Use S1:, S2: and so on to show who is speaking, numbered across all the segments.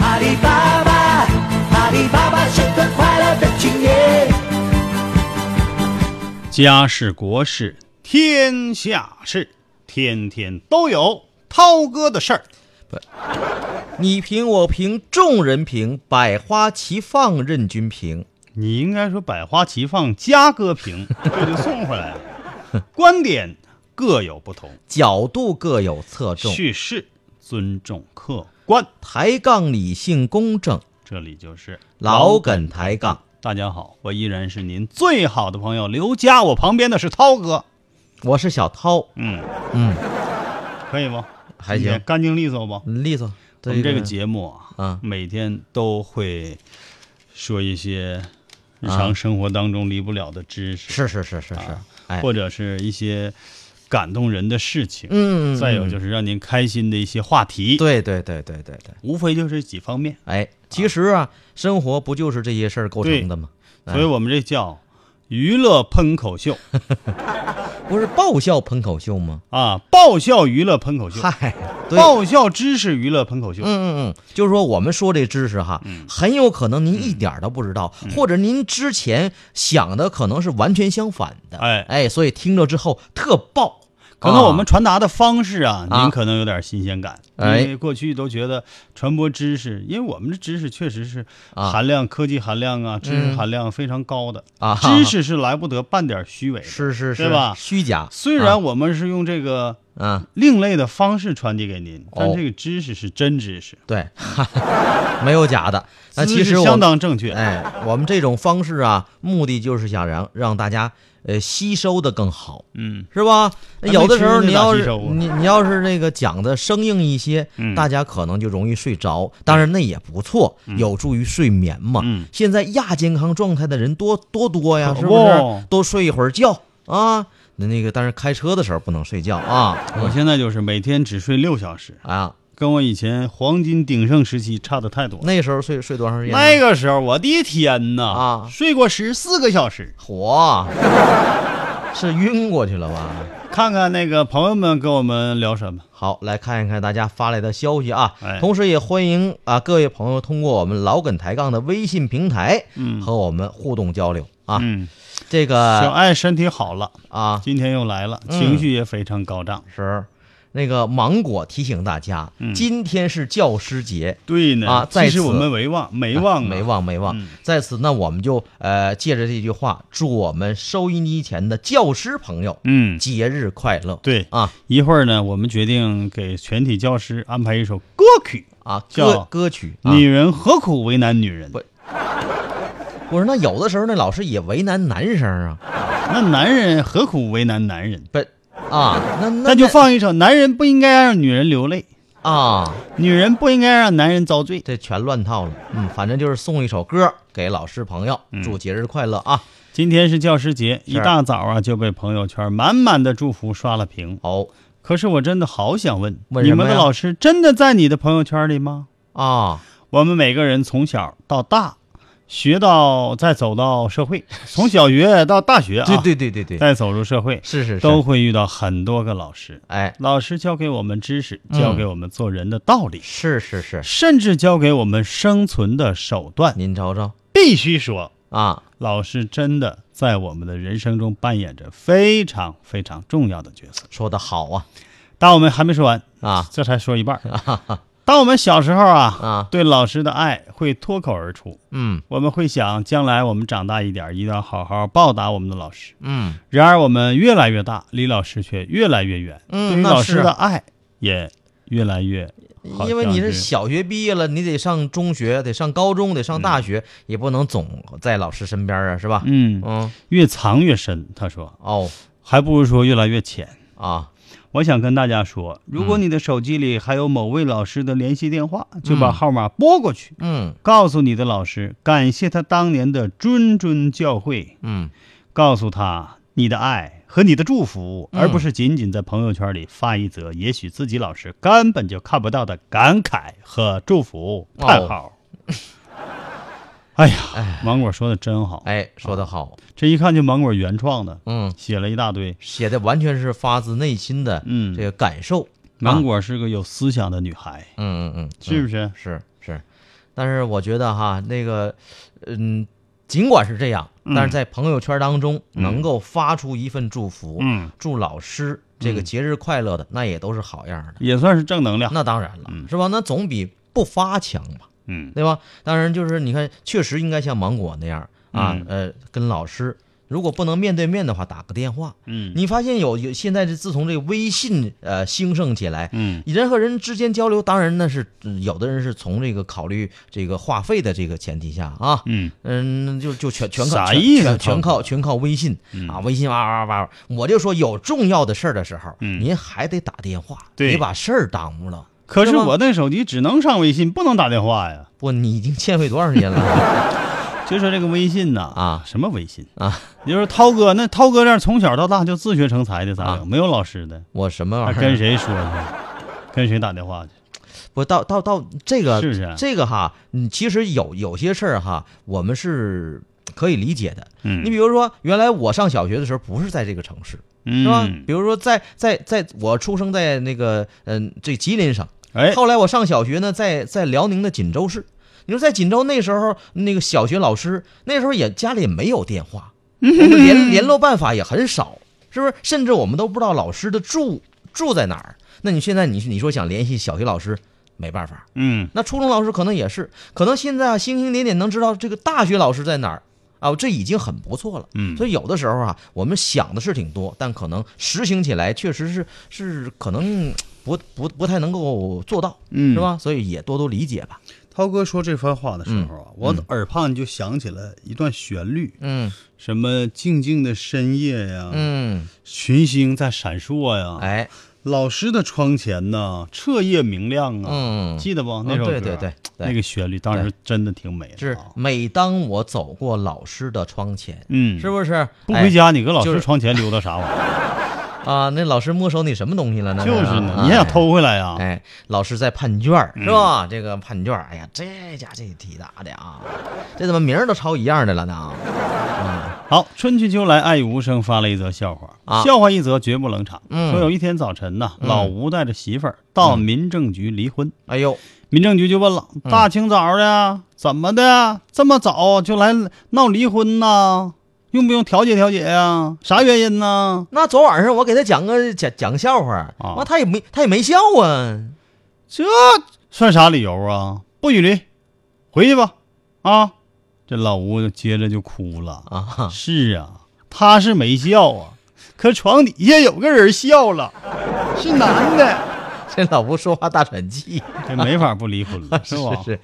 S1: 阿里巴巴，阿里巴巴是个快乐的青年。
S2: 家事国事天下事，天天都有涛哥的事儿。
S3: 你评我评众人评，百花齐放任君评。
S2: 你应该说百花齐放，家歌平，这就送回来了。 观点各有不同，
S3: 角度各有侧重，
S2: 叙事尊重客观，
S3: 抬杠理性公正，
S2: 这里就是
S3: 老梗抬杠。
S2: 大家好，我依然是您最好的朋友刘佳，我旁边的是涛哥，
S3: 我是小涛，
S2: 嗯
S3: 嗯，
S2: 可以不？
S3: 还
S2: 今天
S3: 行
S2: 干净利索不？
S3: 利索。
S2: 我们这个节目
S3: 啊
S2: 每天都会说一些
S3: 啊
S2: 日常生活当中离不了的知识，
S3: 是是是是是
S2: 啊，
S3: 哎，
S2: 或者是一些感动人的事情，
S3: 嗯，
S2: 再有
S3: 是，
S2: 就是让您开心的一些话题，，
S3: 对对对对对对，
S2: 无非就是几方面，
S3: 哎，其实啊，生活不就是这些事儿构成的吗？哎
S2: 所以我们这叫娱乐喷口秀
S3: 不是爆笑喷口秀吗？
S2: 啊，爆笑娱乐喷口秀，
S3: 嗨，对，
S2: 爆笑知识娱乐喷口秀，
S3: 嗯嗯嗯，就是说我们说这知识哈，
S2: 嗯
S3: 很有可能您一点儿都不知道，或者您之前想的可能是完全相反的。
S2: 哎
S3: 哎，所以听着之后特爆。
S2: 可能我
S3: 啊
S2: 们传达的方式啊，
S3: 啊
S2: 您可能有点新鲜感，
S3: 哎
S2: 因为过去都觉得传播知识，因为我们的知识确实是
S3: 啊嗯
S2: 含量、科技含量啊、知识含量非常高的
S3: 啊
S2: 知识是来不得半点虚伪的，
S3: 是是是，
S2: 对吧？
S3: 虚假。
S2: 虽然我们是用这个
S3: 啊，
S2: 另类的方式传递给您，但
S3: 哦
S2: 这个知识是真知识，
S3: 对， 没有假的。那
S2: 知
S3: 其
S2: 识
S3: 实我
S2: 相
S3: 们
S2: 当正确。
S3: 哎，我们这种方式啊，目的就是想让让大家呃吸收的更好，
S2: 嗯，
S3: 是吧？
S2: 那
S3: 有的时候
S2: 没吃
S3: 你要
S2: 那咋吸
S3: 是
S2: 收啊
S3: 你你要是那个讲的生硬一些，
S2: 嗯
S3: 大家可能就容易睡着。当然那也不错，有助于睡眠嘛。
S2: 嗯
S3: 现在亚健康状态的人多多多呀，
S2: 可
S3: 是不是
S2: 不？
S3: 多睡一会儿觉啊。那那个，但是开车的时候不能睡觉啊。
S2: 我现在就是每天只睡六小时，
S3: 啊，
S2: 跟我以前黄金鼎盛时期差的太多了。
S3: 那时候睡睡多长时间呢？
S2: 那个时候，我的天呐，
S3: 啊
S2: 睡过十四个小时。
S3: 火 是晕过去了吧？
S2: 看看那个朋友们跟我们聊什么，
S3: 好，来看一看大家发来的消息啊，
S2: 哎
S3: 同时也欢迎啊各位朋友通过我们老梗抬杠的微信平台，嗯，和我们互动交流啊。
S2: 嗯，
S3: 这
S2: 小
S3: 个
S2: 爱身体好了，
S3: 啊
S2: 今天又来了，
S3: 嗯
S2: 情绪也非常高涨。
S3: 是那个芒果提醒大家，
S2: 嗯
S3: 今天是教师节。
S2: 对呢，
S3: 啊在
S2: 其
S3: 此
S2: 实我们没忘，没忘、啊
S3: 没，忘，没忘。
S2: 嗯
S3: 在此呢，我们就呃借着这句话，祝我们收音机前的教师朋友
S2: 嗯，
S3: 节日快乐。
S2: 对
S3: 啊
S2: 一会儿呢，我们决定给全体教师安排一首歌曲，
S3: 啊，
S2: 叫
S3: 歌歌曲啊，
S2: 女人何苦为难女人
S3: 不？不是那有的时候那老师也为难男生啊，
S2: 那男人何苦为难男人？
S3: 不啊，那那
S2: 那就放一首《男人不应该让女人流泪》，
S3: 啊，
S2: 女人不应该让男人遭罪。
S3: 这全乱套了。嗯，反正就是送一首歌给老师朋友，
S2: 嗯
S3: 祝节日快乐啊！
S2: 今天是教师节，一
S3: 是
S2: 大早啊就被朋友圈满满的祝福刷了屏。
S3: 哦
S2: 可是我真的好想问，
S3: 问
S2: 你
S3: 什
S2: 们
S3: 么
S2: 的
S3: 呀
S2: 老师真的在你的朋友圈里吗？
S3: 啊，
S2: 我们每个人从小到大，学到再走到社会，从小学到大学啊，
S3: 对对对对对，
S2: 再走入社会，
S3: 是是
S2: 都
S3: 是，
S2: 会遇到很多个老师。
S3: 哎，
S2: 老师教给我们知识，
S3: 嗯
S2: 教给我们做人的道理，
S3: 是是是，
S2: 甚至教给我们生存的手段。
S3: 您瞅瞅
S2: 必须说，
S3: 啊，
S2: 老师真的在我们的人生中扮演着非常非常重要的角色。
S3: 说的好啊
S2: 但我们还没说完，
S3: 啊
S2: 这才说一半儿。当我们小时候啊，
S3: 啊
S2: 对老师的爱会脱口而出，
S3: 嗯
S2: 我们会想将来我们长大一点，一定要好好报答我们的老师。
S3: 嗯，
S2: 然而我们越来越大，离老师却越来越远，
S3: 嗯
S2: 对于
S3: 那
S2: 老
S3: 是
S2: 师的
S3: 啊
S2: 爱也越来越好
S3: 因为你是
S2: 像
S3: 小学毕业了，你得上中学，得上高中，得上大学，也不能总在老师身边啊，是吧？
S2: 嗯，
S3: 嗯，
S2: 越藏越深。他说，
S3: 哦
S2: 还不如说越来越浅。
S3: 啊，
S2: 我想跟大家说，如果你的手机里还有某位老师的联系电话，就把号码拨过去，
S3: 嗯
S2: 告诉你的老师，感谢他当年的谆谆教诲，
S3: 嗯，
S2: 告诉他你的爱和你的祝福，
S3: 嗯
S2: 而不是仅仅在朋友圈里发一则也许自己老师根本就看不到的感慨和祝福。
S3: 哦
S2: 叹号！ 哎呀，芒果说的真好，
S3: 哎，说的好，
S2: 这一看就芒果原创的，
S3: 嗯，
S2: 写了一大堆。
S3: 写的完全是发自内心的，
S2: 嗯
S3: 这个啊感受，
S2: 芒果是个有思想的女孩，
S3: 嗯嗯嗯，
S2: 是不
S3: 是？
S2: 是？
S3: 是是，但是我觉得哈，那个，嗯，尽管是这样，
S2: 嗯
S3: 但是在朋友圈当中能够发出一份祝福，
S2: 嗯，
S3: 祝老师这个节日快乐的，那也都是好样的。
S2: 也算是正能量。
S3: 那当然了，是吧？那总比不发强吧，
S2: 嗯
S3: 对吧？当然就是你看，确实应该像芒果那样啊，
S2: 嗯
S3: 呃，跟老师如果不能面对面的话，打个电话。
S2: 嗯
S3: 你发现有有现在是自从这个微信呃兴盛起来，
S2: 嗯
S3: 人和人之间交流，当然那是嗯有的人是从这个考虑这个话费的这个前提下啊，
S2: 嗯
S3: 嗯，就就全全靠
S2: 啥
S3: 全
S2: 意
S3: 全
S2: 思涛哥
S3: 全靠全靠微信啊，微信哇哇哇哇，我就说有重要的事儿的时候，
S2: 嗯
S3: 您还得打电话，
S2: 对
S3: 别把事儿耽误了。
S2: 可是
S3: 是吗
S2: 我那手机只能上微信，不能打电话呀。
S3: 不，你已经欠费多长时间了？
S2: 就说这个微信呐
S3: 啊
S2: 什么微信
S3: 啊？
S2: 你说涛哥，那涛哥这样从小到大就自学成才的，咋整？
S3: 啊
S2: 没有老师的，
S3: 我什么
S2: 他
S3: 玩意儿？啊
S2: 跟谁说 去？跟谁打电话去？
S3: 不到到到这个
S2: 是不是
S3: 这个哈，嗯，其实有有些事儿哈，我们是可以理解的。
S2: 嗯
S3: 你比如说，原来我上小学的时候不是在这个城市，
S2: 嗯，
S3: 是吧？比如说在，在在我出生在那个嗯、这吉林省，
S2: 哎，
S3: 后来我上小学呢，在在辽宁的锦州市。你说在锦州那时候，那个小学老师那时候也家里也没有电 话，我们联联络办法也很少，是不是？甚至我们都不知道老师的住住在哪儿。那你现在你你说想联系小学老师，没办法。
S2: 嗯
S3: 那初中老师可能也是，可能现在啊星星点点能知道这个大学老师在哪儿啊，这已经很不错了。
S2: 嗯
S3: 所以有的时候啊，我们想的是挺多，但可能实行起来确实是是可能不不不太能够做到，
S2: 嗯
S3: 是吧？所以也多多理解吧。
S2: 涛哥说这番话的时候啊，我耳畔就响起了一段旋律，
S3: 嗯
S2: 什么静静的深夜呀，
S3: 嗯，
S2: 群星在闪烁呀，
S3: 哎，
S2: 老师的窗前呐，彻夜明亮啊，
S3: 嗯
S2: 记得不？
S3: 嗯
S2: 那首歌，
S3: 对对对对
S2: 那个旋律当时真的挺美的
S3: 是
S2: 啊。
S3: 每当我走过老师的窗前，
S2: 嗯，
S3: 是不是？
S2: 不回
S3: 哎
S2: 家，你搁老
S3: 就
S2: 师
S3: 是
S2: 床前溜达啥 玩意儿？
S3: 啊？那老师没收你什么东西了呢？
S2: 就是呢，
S3: 啊
S2: 你还想偷回来呀？
S3: 哎，老师在判卷儿是吧？这个判卷儿，哎呀，这家这题答的啊，这怎么名儿都抄一样的了呢？
S2: 好，春去秋来，爱与无声发了一则笑话，
S3: 啊
S2: 笑话一则绝不冷场。
S3: 嗯
S2: 说有一天早晨呐，老吴带着媳妇儿到民政局离婚，
S3: 哎呦，
S2: 民政局就问了：
S3: 嗯
S2: 大清早的，怎么的，这么早就来闹离婚呐？用不用调解调解呀？啥原因呢？
S3: 那昨晚上我给他讲个讲讲个笑话，
S2: 啊
S3: 完、他也没他也没笑啊，
S2: 这算啥理由啊？不许离，回去吧！啊，这老吴就接着就哭了
S3: 啊
S2: 是啊，他是没笑啊，可床底下有个人 笑了，是男的，
S3: 这老吴说话大喘气，啊
S2: 这没法不离婚了，吧？
S3: 是是，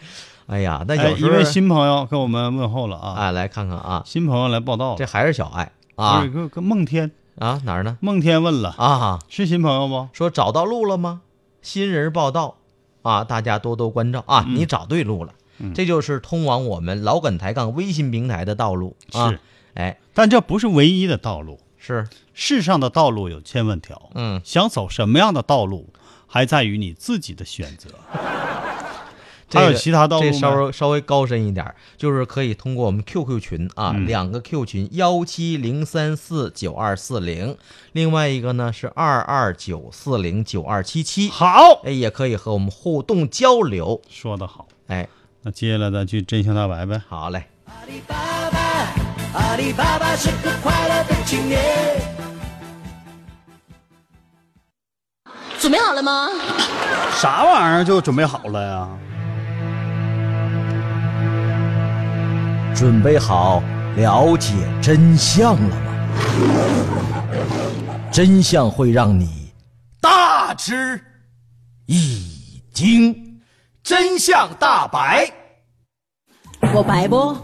S3: 哎呀，那
S2: 哎，
S3: 有
S2: 一
S3: 时候、
S2: 位新朋友跟我们问候了啊，
S3: 啊，来看看啊，
S2: 新朋友来报道
S3: 这
S2: 了，
S3: 还是小爱
S2: 不
S3: 啊
S2: 是跟跟孟天，
S3: 啊哪儿呢？
S2: 孟天问了，
S3: 啊，
S2: 是新朋友不？
S3: 说找到路了吗？新人报道啊，大家多多关照啊！
S2: 嗯
S3: 你找对路了，这就是通往我们老梗抬杠微信平台的道路啊！
S2: 是，
S3: 哎，
S2: 但这不是唯一的道路，
S3: 是，
S2: 世上的道路有千万条，
S3: 嗯
S2: 想走什么样的道路，还在于你自己的选择。
S3: 这
S2: 还有
S3: 个
S2: 其他道路
S3: 这
S2: 吗
S3: 稍微稍微高深一点儿，就是可以通过我们 QQ 群啊，
S2: 嗯
S3: 两个 Q 群幺七零三四九二四零，另外一个呢是二二九四零九二七七，
S2: 好，
S3: 哎，也可以和我们互动交流。
S2: 说得好。
S3: 哎，
S2: 那接下来咱去真相大白呗。
S3: 好嘞。
S1: 阿里巴巴，阿里巴巴是个快乐的青年。
S4: 准备好了吗？
S2: 啥玩意儿就准备好了呀？
S5: 准备好了解真相了吗？真相会让你大吃一惊，真相大白。
S4: 我白不？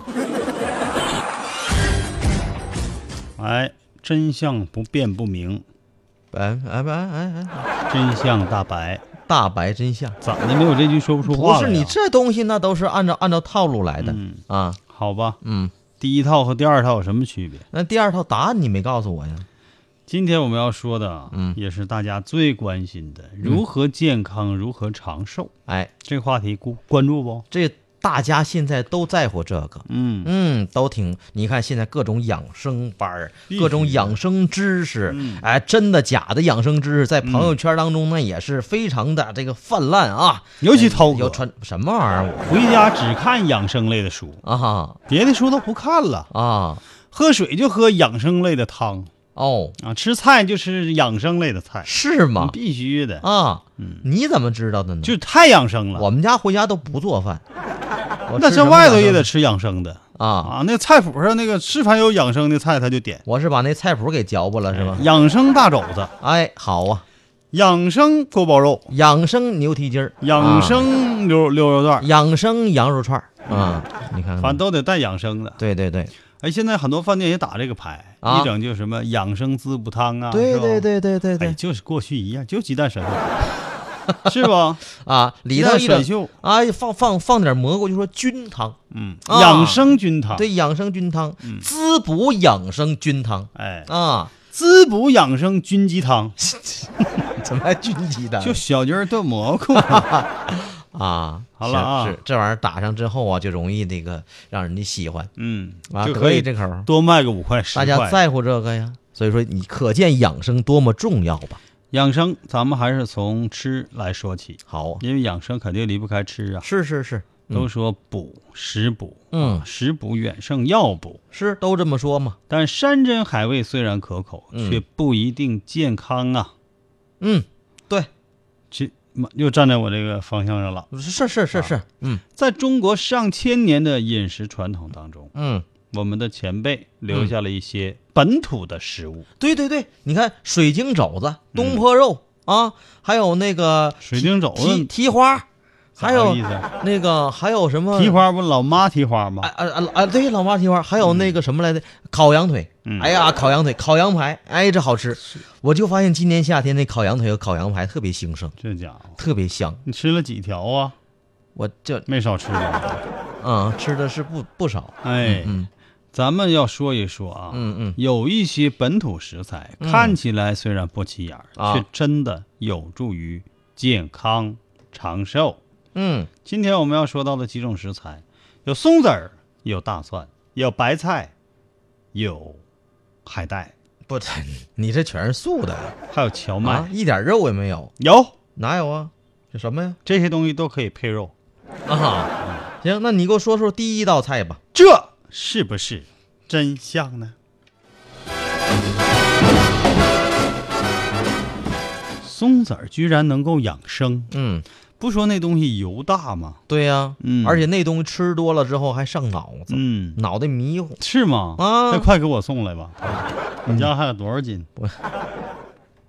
S2: 哎，真相不辩不明，
S3: 哎哎哎哎哎，
S2: 真相大白，
S3: 大白真相。
S2: 咋的？没有这句说不出
S3: 不
S2: 话
S3: 是
S2: 来呀
S3: 你这东西，那都是按照按照套路来的、
S2: 嗯
S3: 啊。
S2: 好吧？
S3: 嗯，
S2: 第一套和第二套有什么区别？
S3: 那第二套答案你没告诉我呀？
S2: 今天我们要说的，啊
S3: 嗯
S2: 也是大家最关心的，如何健康，如何长寿，
S3: 哎，
S2: 这个话题关关注不？
S3: 这大家现在都在乎这个，
S2: 嗯，
S3: 嗯，都挺。你看现在各种养生班儿
S2: 必须，的
S3: 各种养生知识，
S2: 嗯
S3: 哎，真的假的养生知识在朋友圈当中呢也是非常的这个泛滥啊。
S2: 尤其涛
S3: 有
S2: 哥
S3: 传什么玩意儿
S2: 回家只看养生类的书，
S3: 我啊
S2: 别的书都不看了，
S3: 啊
S2: 喝水就喝养生类的汤
S3: 哦，
S2: 啊，吃菜就吃养生类的菜，
S3: 是吗？
S2: 必须的，
S3: 啊，
S2: 嗯
S3: 你怎么知道的呢？
S2: 就太养生了。
S3: 我们家回家都不做饭，我
S2: 那
S3: 吃
S2: 这
S3: 什么
S2: 外
S3: 养
S2: 头也
S3: 生
S2: 得吃养生的
S3: 啊。
S2: 啊，那菜谱上那个是凡有养生的菜，他就点
S3: 我是把那菜谱给嚼巴了是吧？
S2: 养生大肘子、
S3: 哎，好啊，
S2: 养生锅包肉、
S3: 养生牛蹄筋儿，
S2: 养
S3: 啊
S2: 生溜溜肉段儿，
S3: 养生羊肉串儿啊，你看看，
S2: 反正都得带养生的。
S3: 对对对
S2: 哎，现在很多饭店也打这个牌，
S3: 啊
S2: 一整就什么养生滋补汤啊，
S3: 对
S2: 是吧
S3: 对，对对对
S2: 哎，
S3: 对
S2: 就是过去一样，就鸡蛋甩袖，是 吧？
S3: 啊，里
S2: 鸡
S3: 头
S2: 蛋
S3: 一
S2: 甩
S3: 整
S2: 袖，
S3: 哎放放放点蘑菇就说菌汤，
S2: 嗯，
S3: 啊嗯
S2: 养生菌汤，，
S3: 对，养生菌汤，滋补养生菌汤
S2: 哎，
S3: 啊，
S2: 滋补养生菌鸡汤，
S3: 怎么还菌鸡的？
S2: 就小鸡儿炖蘑 菇，
S3: 啊，
S2: 好了啊
S3: 是是这玩意儿打上之后啊，就容易那个让人家喜欢
S2: 嗯，
S3: 啊，
S2: 就
S3: 可
S2: 以
S3: 以这口儿，
S2: 多卖个五块十
S3: 大
S2: 块。
S3: 家在乎这个呀，所以说你可见养生多么重要吧？
S2: 养生，咱们还是从吃来说起，
S3: 好，啊
S2: 因为养生肯定离不开吃啊。
S3: 是是是，
S2: 都说补食补，
S3: 嗯，
S2: 食补远胜药补。
S3: 是都这么说嘛，
S2: 但山珍海味虽然可口，
S3: 嗯
S2: 却不一定健康啊。
S3: 嗯，对，
S2: 这妈又站在我这个方向上了。
S3: 是是是
S2: 啊
S3: 是，嗯
S2: 在中国上千年的饮食传统当中，
S3: 嗯，
S2: 我们的前辈留下了一些本土的食物。
S3: 对对对，你看水晶肘
S2: 嗯
S3: 子、东坡肉啊，还有那个
S2: 水晶肘
S3: 蹄
S2: 子
S3: 蹄花，还
S2: 啥
S3: 有
S2: 意思啊？
S3: 那个还有什么
S2: 蹄？花不老妈蹄花吗
S3: 哎？哎哎哎，对，老妈蹄花，还有那个什么来着，烤羊腿
S2: 嗯。
S3: 哎呀，烤羊腿、烤羊排，哎，这好吃！我就发现今年夏天那烤羊腿和烤羊排特别兴盛，
S2: 这家伙，
S3: 特别香。
S2: 你吃了几条啊？
S3: 我这
S2: 没少吃吧？
S3: 嗯吃的是不不少。
S2: 哎，
S3: 嗯
S2: 咱们要说一说啊，
S3: 嗯嗯，
S2: 有一些本土食材、
S3: 嗯
S2: 看起来虽然不起眼儿，
S3: 啊
S2: 却真的有助于健康长寿。
S3: 嗯
S2: 今天我们要说到的几种食材，有松子儿，有大蒜，有白菜，有海带，
S3: 不， 你这全是素的
S2: 还有荞麦，
S3: 啊，一点肉也没有，
S2: 有
S3: 哪有啊？这什么呀？
S2: 这些东西都可以配肉。
S3: 啊，行，那你给我说说第一道菜吧。
S2: 这是不是真相呢？松子儿居然能够养生，
S3: 嗯，
S2: 不说那东西油大吗？
S3: 对呀、
S2: 嗯
S3: 而且那东西吃多了之后还上脑子，
S2: 嗯，
S3: 脑袋迷糊。
S2: 是吗？
S3: 啊嗯
S2: 那快给我送来吧。你家还有多少斤？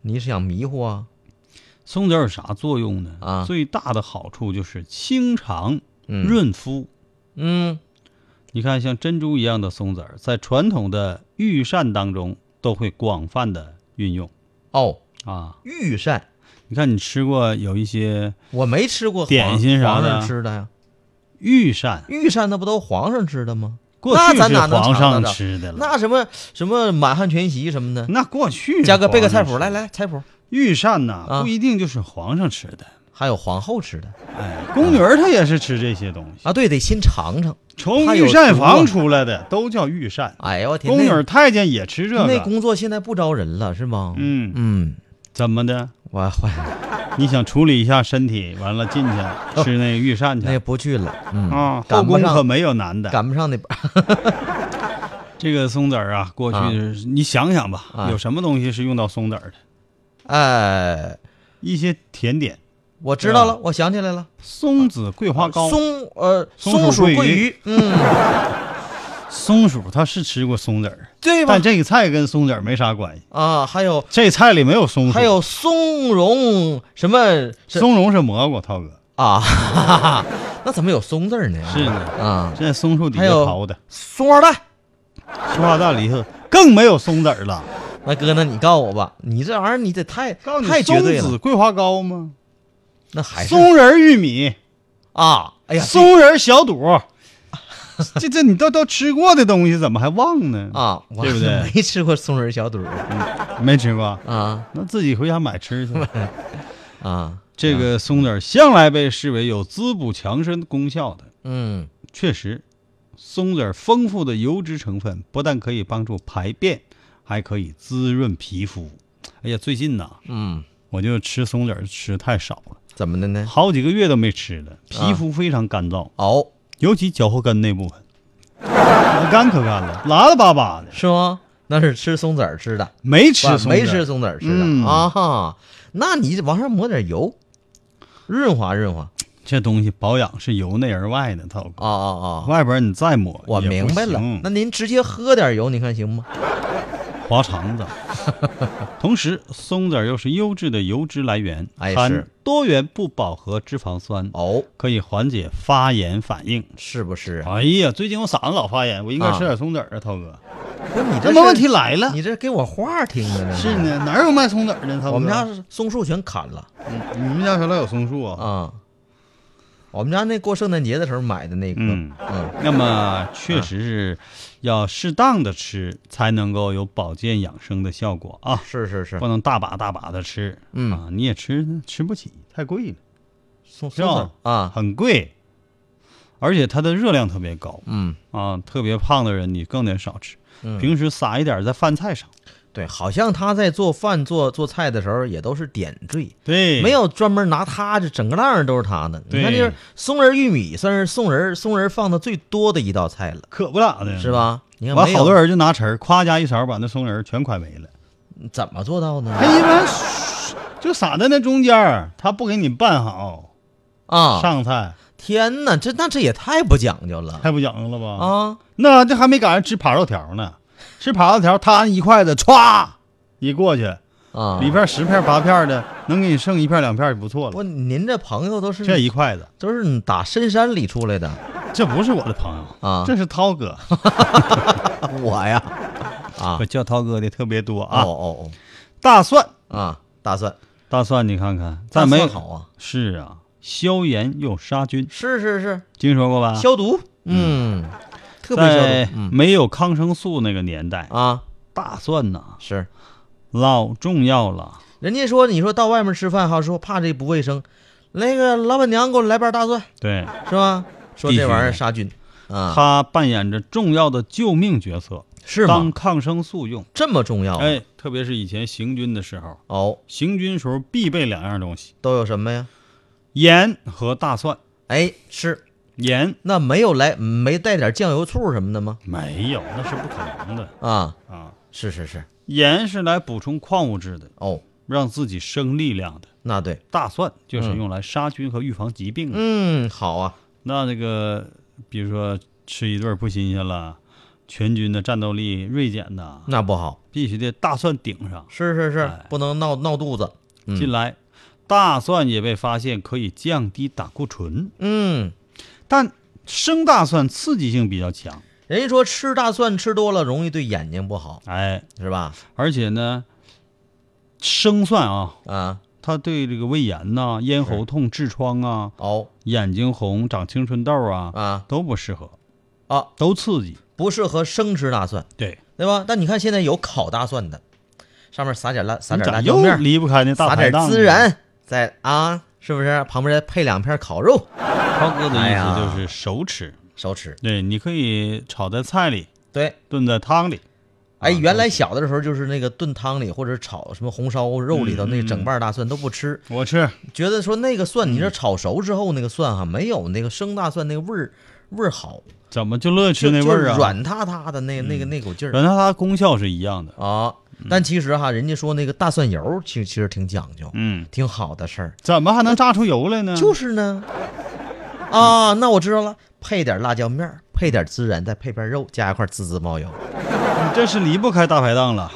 S3: 你是想迷糊啊？
S2: 松子儿有啥作用呢？
S3: 啊
S2: 最大的好处就是清肠、
S3: 嗯
S2: 润肤。
S3: 嗯，
S2: 你看，像珍珠一样的松子儿，在传统的御膳当中都会广泛的运用
S3: 哦，
S2: 啊。
S3: 御膳，
S2: 你看，你吃过有一些
S3: 我没吃过皇
S2: 点心啥的
S3: 皇上吃的呀。
S2: 御膳，
S3: 御膳那不都皇上吃的吗？
S2: 过去
S3: 那咱
S2: 是
S3: 哪能
S2: 皇
S3: 尝
S2: 上
S3: 得着
S2: 吃的了。
S3: 那什么什么满汉全席什么的，
S2: 那过去
S3: 加个背个菜谱，
S2: 是皇
S3: 来
S2: 嗯上吃的
S3: 来菜谱，
S2: 御膳呐，
S3: 啊
S2: 不一定就是皇上吃的，
S3: 还有皇后吃的
S2: 哎，宫女儿她也是吃这些东西。
S3: 啊。对，得先尝尝。
S2: 从御膳房出来的都叫御膳，
S3: 哎呀，我啊天，
S2: 宫女儿、
S3: 那
S2: 太监也吃这
S3: 那
S2: 个。
S3: 工作现在不招人了是吗？
S2: 嗯
S3: 嗯，
S2: 怎么的？
S3: 我换。
S2: 你想处理一下身体，完了进去吃那个御膳
S3: 哦那
S2: 去
S3: 不去了，嗯
S2: 啊？后
S3: 赶不
S2: 宫可
S3: 上，
S2: 没有男的。
S3: 赶不上那班儿。
S2: 这个松子儿啊，过
S3: 啊
S2: 去是你想想吧，
S3: 啊
S2: 有什么东西是用到松子儿的？
S3: 哎，
S2: 一些甜点，
S3: 我知道了，
S2: 啊
S3: 我想起来了，
S2: 松子桂花糕、
S3: 啊松呃
S2: 松鼠
S3: 鼠
S2: 桂
S3: 桂
S2: 鱼
S3: 鱼，嗯，
S2: 松鼠，它是吃过松子儿，
S3: 对吧
S2: 但？这个菜跟松子儿没啥关系。
S3: 啊，还有
S2: 这菜里没有松鼠，
S3: 还有松茸什么是
S2: 松茸是蘑菇，涛哥
S3: 啊？ 哈哈哈那怎么有松字儿呢？
S2: 是呢，
S3: 啊，
S2: 这松树底
S3: 还
S2: 下
S3: 有
S2: 刨的。
S3: 松花蛋
S2: 松花蛋里头更没有松子儿了。
S3: 那哥，那你告诉我吧，你这玩意儿你得太
S2: 告诉你，
S3: 太绝
S2: 松
S3: 对
S2: 子
S3: 了，
S2: 桂花糕吗？
S3: 那还是
S2: 松仁玉米，
S3: 啊，哎呀，
S2: 松仁小肚，这这你都都吃过的东西，怎么还忘呢？
S3: 啊，我
S2: 对不对
S3: 没吃过松仁小肚儿
S2: 没吃过，
S3: 啊
S2: 那自己回家买吃去。
S3: 啊，
S2: 这个松子儿向来被视为有滋补强身功效的，
S3: 嗯，
S2: 确实，松子儿丰富的油脂成分不但可以帮助排便，还可以滋润皮肤。哎呀，最近呐，
S3: 嗯，
S2: 我就吃松子儿吃太少了，
S3: 怎么的呢？
S2: 好几个月都没吃了，皮
S3: 啊
S2: 肤非常干燥，
S3: 哦，
S2: 尤其脚后跟那部分，我干可干了，拉拉巴巴的，
S3: 是吗？那是吃松子儿吃的，
S2: 没吃
S3: 不
S2: 松子儿
S3: 没吃松子儿吃
S2: 嗯
S3: 的啊哈。那你往上抹点油，润滑润滑。
S2: 这东西保养是由内而外的，涛哥，
S3: 啊啊啊！
S2: 外边你再抹，
S3: 我明白了，那您直接喝点油，你看行吗？
S2: 滑 肠子。同时，松子儿又是优质的油脂来源，
S3: 哎
S2: 含
S3: 是
S2: 多元不饱和脂肪酸，
S3: 哦，
S2: 可以缓解发炎反应。
S3: 是不是？
S2: 哎呀，最近我嗓子老发炎，我应该
S3: 啊
S2: 吃点松子儿啊，涛哥。
S3: 不是你
S2: 那
S3: 这
S2: 么
S3: 是
S2: 问题来了，
S3: 你这给我话听的呢？
S2: 是，呢，哪有卖松子儿的？涛哥，
S3: 我们家松树全砍了
S2: 你们家原来有松树啊？
S3: 啊。我们家那过圣诞节的时候买的那个，
S2: 嗯
S3: 嗯
S2: 那么确实是要适当的吃，才能够有保健养生的效果啊，
S3: 是是是
S2: 不，能大把大把的吃。
S3: 嗯
S2: 啊，你也吃吃不起，太贵了，
S3: 松松
S2: 是吧
S3: 子？儿啊，
S2: 很贵，而且它的热量特别高
S3: 嗯，
S2: 啊，特别胖的人你更得少吃，
S3: 嗯
S2: 平时撒一点在饭菜上。
S3: 对，好像他在做饭做做菜的时候也都是点缀，
S2: 对，
S3: 没有专门拿他这整个浪儿都是他的。你看，
S2: 嗯对
S3: 就是松仁玉米算是松仁松仁放的最多的一道菜了，
S2: 可不咋的，
S3: 是？吧？你看，
S2: 完，
S3: 没有
S2: 好多人就拿匙儿夸加一勺，把那松仁儿全快没了。
S3: 怎么做到呢？
S2: 他一般就撒在那中间儿，他不给你拌好
S3: 啊，
S2: 上菜，
S3: 天哪，这那这也太不讲究了
S2: 太不讲究了吧？
S3: 啊！
S2: 那这还没赶上吃扒肉条呢，吃扒肉条，他一筷子歘一过去，
S3: 啊，
S2: 里边十片八片的，能给你剩一片两片就不错了。
S3: 不，您这朋友都是
S2: 这一啊筷子，
S3: 都是打深山里出来的
S2: 这不是我的朋友
S3: 啊
S2: 这是涛哥，
S3: 啊我呀啊
S2: 我 叫涛哥的特别多啊。
S3: 哦哦
S2: 大蒜，
S3: 哦啊，大蒜
S2: 大蒜，你看看，
S3: 大
S2: 赞美
S3: 蒜好啊，
S2: 是啊，消炎又杀菌，
S3: 是是是，
S2: 听说过吧？
S3: 消毒，嗯，特别消
S2: 在
S3: 毒，嗯
S2: 没有抗生素那个年代，
S3: 啊
S2: 大蒜呐
S3: 是。
S2: 老重要了。
S3: 人家说你说到外面吃饭哈，说怕这不卫生，那个老板娘给我来瓣大蒜
S2: 对，
S3: 是吧？说
S2: 必须
S3: 这玩意
S2: 的
S3: 儿杀菌啊，
S2: 它扮演着重要的救命角色，
S3: 是
S2: 当
S3: 吗？
S2: 抗生素用。
S3: 这么重要啊？
S2: 哎，特别是以前行军的时候，
S3: 哦，
S2: 行军时候必备两样东西：
S3: 都有什么呀？
S2: 盐和大蒜。
S3: 哎，是
S2: 盐
S3: 那没有来没带点酱油醋什么的吗？
S2: 没有，那是不可能的
S3: 啊，
S2: 啊！
S3: 是是是，
S2: 盐是来补充矿物质的，
S3: 哦，
S2: 让自己生力量的；
S3: 那对，
S2: 大蒜就是
S3: 嗯
S2: 用来杀菌和预防疾病的。
S3: 嗯，好啊，
S2: 那这个，比如说吃一顿不新鲜了，全军的战斗力锐减呐，
S3: 那不好，
S2: 必须得大蒜顶上。
S3: 是是是
S2: 哎，
S3: 不能闹闹肚子，嗯
S2: 近来，大蒜也被发现可以降低胆固醇，
S3: 嗯，
S2: 但生大蒜刺激性比较强，
S3: 人家说吃大蒜吃多了容易对眼睛不好，
S2: 哎，
S3: 是吧？
S2: 而且呢，生蒜啊，
S3: 啊，
S2: 它对这个胃炎呐、咽喉痛、痔疮啊、
S3: 哦
S2: 眼睛红、长青春痘啊，
S3: 啊
S2: 都不适合，
S3: 啊，
S2: 都刺激。
S3: 不适合生吃大蒜，
S2: 对，
S3: 对吧？但你看现在有烤大蒜的，上面撒点辣，撒
S2: 你
S3: 点
S2: 咋
S3: 辣椒
S2: 又
S3: 面儿，
S2: 离不开那大
S3: 撒
S2: 排
S3: 点
S2: 档呢？
S3: 孜然，再啊，是不是？旁边再配两片烤肉，
S2: 涛哥的
S3: 哎
S2: 意
S3: 呀
S2: 思就是熟吃，
S3: 少吃。
S2: 对，你可以炒在菜里，
S3: 对，
S2: 炖在汤里。
S3: 哎，
S2: 啊
S3: 原来小的时候就是那个炖汤里或者炒什么红烧肉里头
S2: 嗯
S3: 那整瓣大蒜都不吃，
S2: 我吃，
S3: 觉得说那个蒜，你
S2: 嗯
S3: 这炒熟之后那个蒜哈，没有那个生大蒜那个味儿味儿好，
S2: 怎么就乐吃
S3: 就
S2: 那味儿啊？嗯
S3: 就软塌塌的那那个那股劲儿
S2: 软塌塌功效是一样的。
S3: 啊。
S2: 嗯
S3: 但其实哈，人家说那个大蒜油其实其实挺讲究，
S2: 嗯，
S3: 挺好的事儿。
S2: 怎么还能榨出油来呢？
S3: 就是呢，啊，那我知道了，配点辣椒面儿，配点孜然，再配片肉，加一块滋滋冒油。
S2: 你这是离不开大排 档了。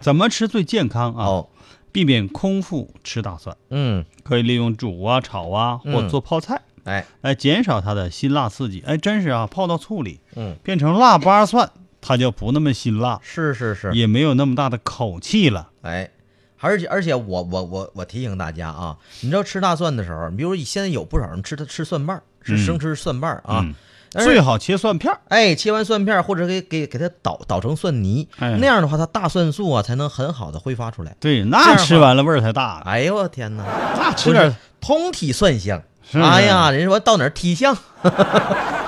S2: 怎么吃最健康啊？
S3: 哦，
S2: 避免空腹吃大蒜，
S3: 嗯，
S2: 可以利用煮啊、炒啊
S3: 嗯
S2: 或做泡菜，
S3: 哎，
S2: 来减少它的辛辣刺激。哎，真是啊，泡到醋里
S3: 嗯，
S2: 变成腊八蒜，他就不那么辛辣，
S3: 是是是，
S2: 也没有那么大的口气了。
S3: 哎，而且而且我我我我提醒大家啊，你知道吃大蒜的时候，你比如现在有不少人吃它吃蒜瓣儿，是
S2: 嗯
S3: 生吃蒜瓣儿啊，
S2: 嗯
S3: 但
S2: 最
S3: 是
S2: 好切蒜片儿。
S3: 哎切完蒜片儿或者给给给它捣捣成蒜泥，
S2: 哎
S3: 那样的话它大蒜素啊才能很好的挥发出来。
S2: 对，
S3: 这
S2: 那
S3: 样
S2: 吃
S3: 吧
S2: 完了味儿才大呢。
S3: 哎呦我天哪，
S2: 那吃
S3: 不是
S2: 点
S3: 通体蒜香，
S2: 是
S3: 哎
S2: 是
S3: 呀，人说到哪儿体 香，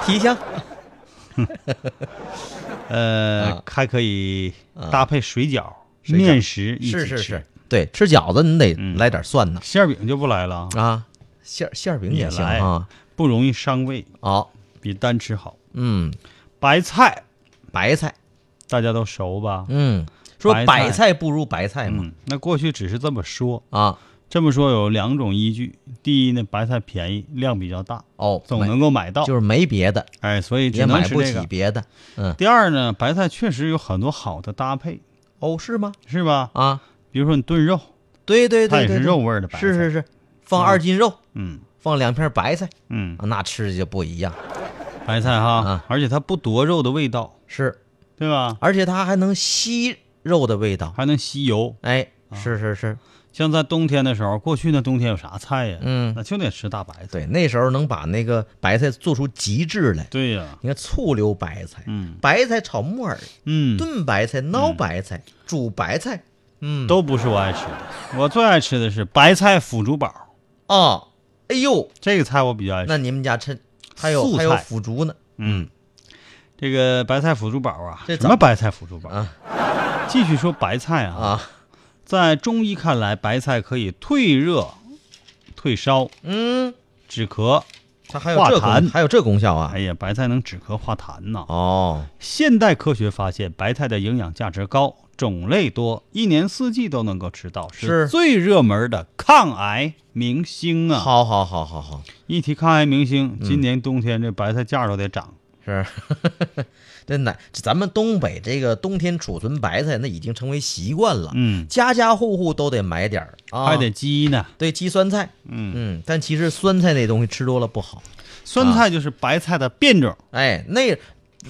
S3: 体香，
S2: 呃
S3: 啊，
S2: 还可以
S3: 啊
S2: 搭配水饺、
S3: 水饺
S2: 面食一起
S3: 是是
S2: 吃
S3: 是，，对，吃饺子你得
S2: 嗯
S3: 来点蒜呐、
S2: 馅儿饼就不来了啊，
S3: 啊，馅儿馅儿饼
S2: 也
S3: 行
S2: 来
S3: 啊，
S2: 不容易伤胃，
S3: 好、
S2: 比单吃好。
S3: 嗯，
S2: 白菜
S3: 白菜。
S2: 大家都熟吧？
S3: 嗯，说
S2: 白
S3: 百
S2: 菜
S3: 菜不如白菜嘛。
S2: 嗯，那过去只是这么说，
S3: 啊，
S2: 这么说有两种依据。第一呢，白菜便宜，量比较大，
S3: 哦，
S2: 总
S3: 买
S2: 能够买到，
S3: 就是没别的，
S2: 哎，所以
S3: 也
S2: 只能
S3: 买
S2: 吃
S3: 不
S2: 这
S3: 起
S2: 个。
S3: 别的。嗯，
S2: 第二呢，白菜确实有很多好的搭配，
S3: 哦，是吗？
S2: 是吧？
S3: 啊，
S2: 比如说你炖肉，
S3: 对对
S2: 它
S3: 对
S2: 也
S3: 对，
S2: 是
S3: 对
S2: 肉，味儿的白菜。
S3: 是是是，放二斤肉，
S2: 嗯
S3: 放两片白菜，
S2: 嗯，
S3: 啊那吃的就不一样。
S2: 白菜哈
S3: 啊，
S2: 而且它不夺肉的味道，
S3: 是，
S2: 对吧？
S3: 而且它还能吸肉的味道。
S2: 还能吸油。
S3: 哎，
S2: 啊
S3: 是是是，
S2: 像在冬天的时候，过去那冬天有啥菜呀？
S3: 嗯
S2: 那就得吃大白菜。
S3: 对，那时候能把那个白菜做出极致来。
S2: 对呀，
S3: 你看醋溜白菜，
S2: 嗯
S3: 白菜炒木耳，
S2: 嗯，
S3: 炖白菜、孬白菜、煮白菜，嗯，
S2: 都不是我爱吃的。我最爱吃的是白菜腐竹煲，
S3: 哦，哎呦，
S2: 这个菜我比较爱吃。
S3: 那你们家趁还有
S2: 素
S3: 还有
S2: 菜
S3: 腐竹呢，
S2: 嗯，这个白菜腐竹煲啊，
S3: 这
S2: 什么
S3: 怎
S2: 白菜腐竹煲
S3: 啊？
S2: 继续说白菜啊，
S3: 啊，
S2: 在中医看来，白菜可以退热、退烧、
S3: 嗯，
S2: 止咳。
S3: 它还有这
S2: 化痰
S3: 功，还有这功效啊
S2: 哎，呀，白菜能止咳化痰呐。
S3: 哦，
S2: 现代科学发现，白菜的营养价值高，种类多，一年四季都能够吃到，
S3: 是
S2: 最热门的抗癌明星啊！，
S3: 好好好好好，
S2: 一提抗癌明星，
S3: 嗯
S2: 今年冬天这白菜价都得涨。
S3: 是， 这哪咱们东北这个冬天储存白菜那已经成为习惯了，
S2: 嗯，
S3: 家家户户都得买点儿啊，
S2: 还得鸡呢。
S3: 对鸡酸菜，
S2: 嗯
S3: 嗯，但其实酸菜那东西吃多了不好，
S2: 酸菜就是白菜的变种，
S3: 哎，那。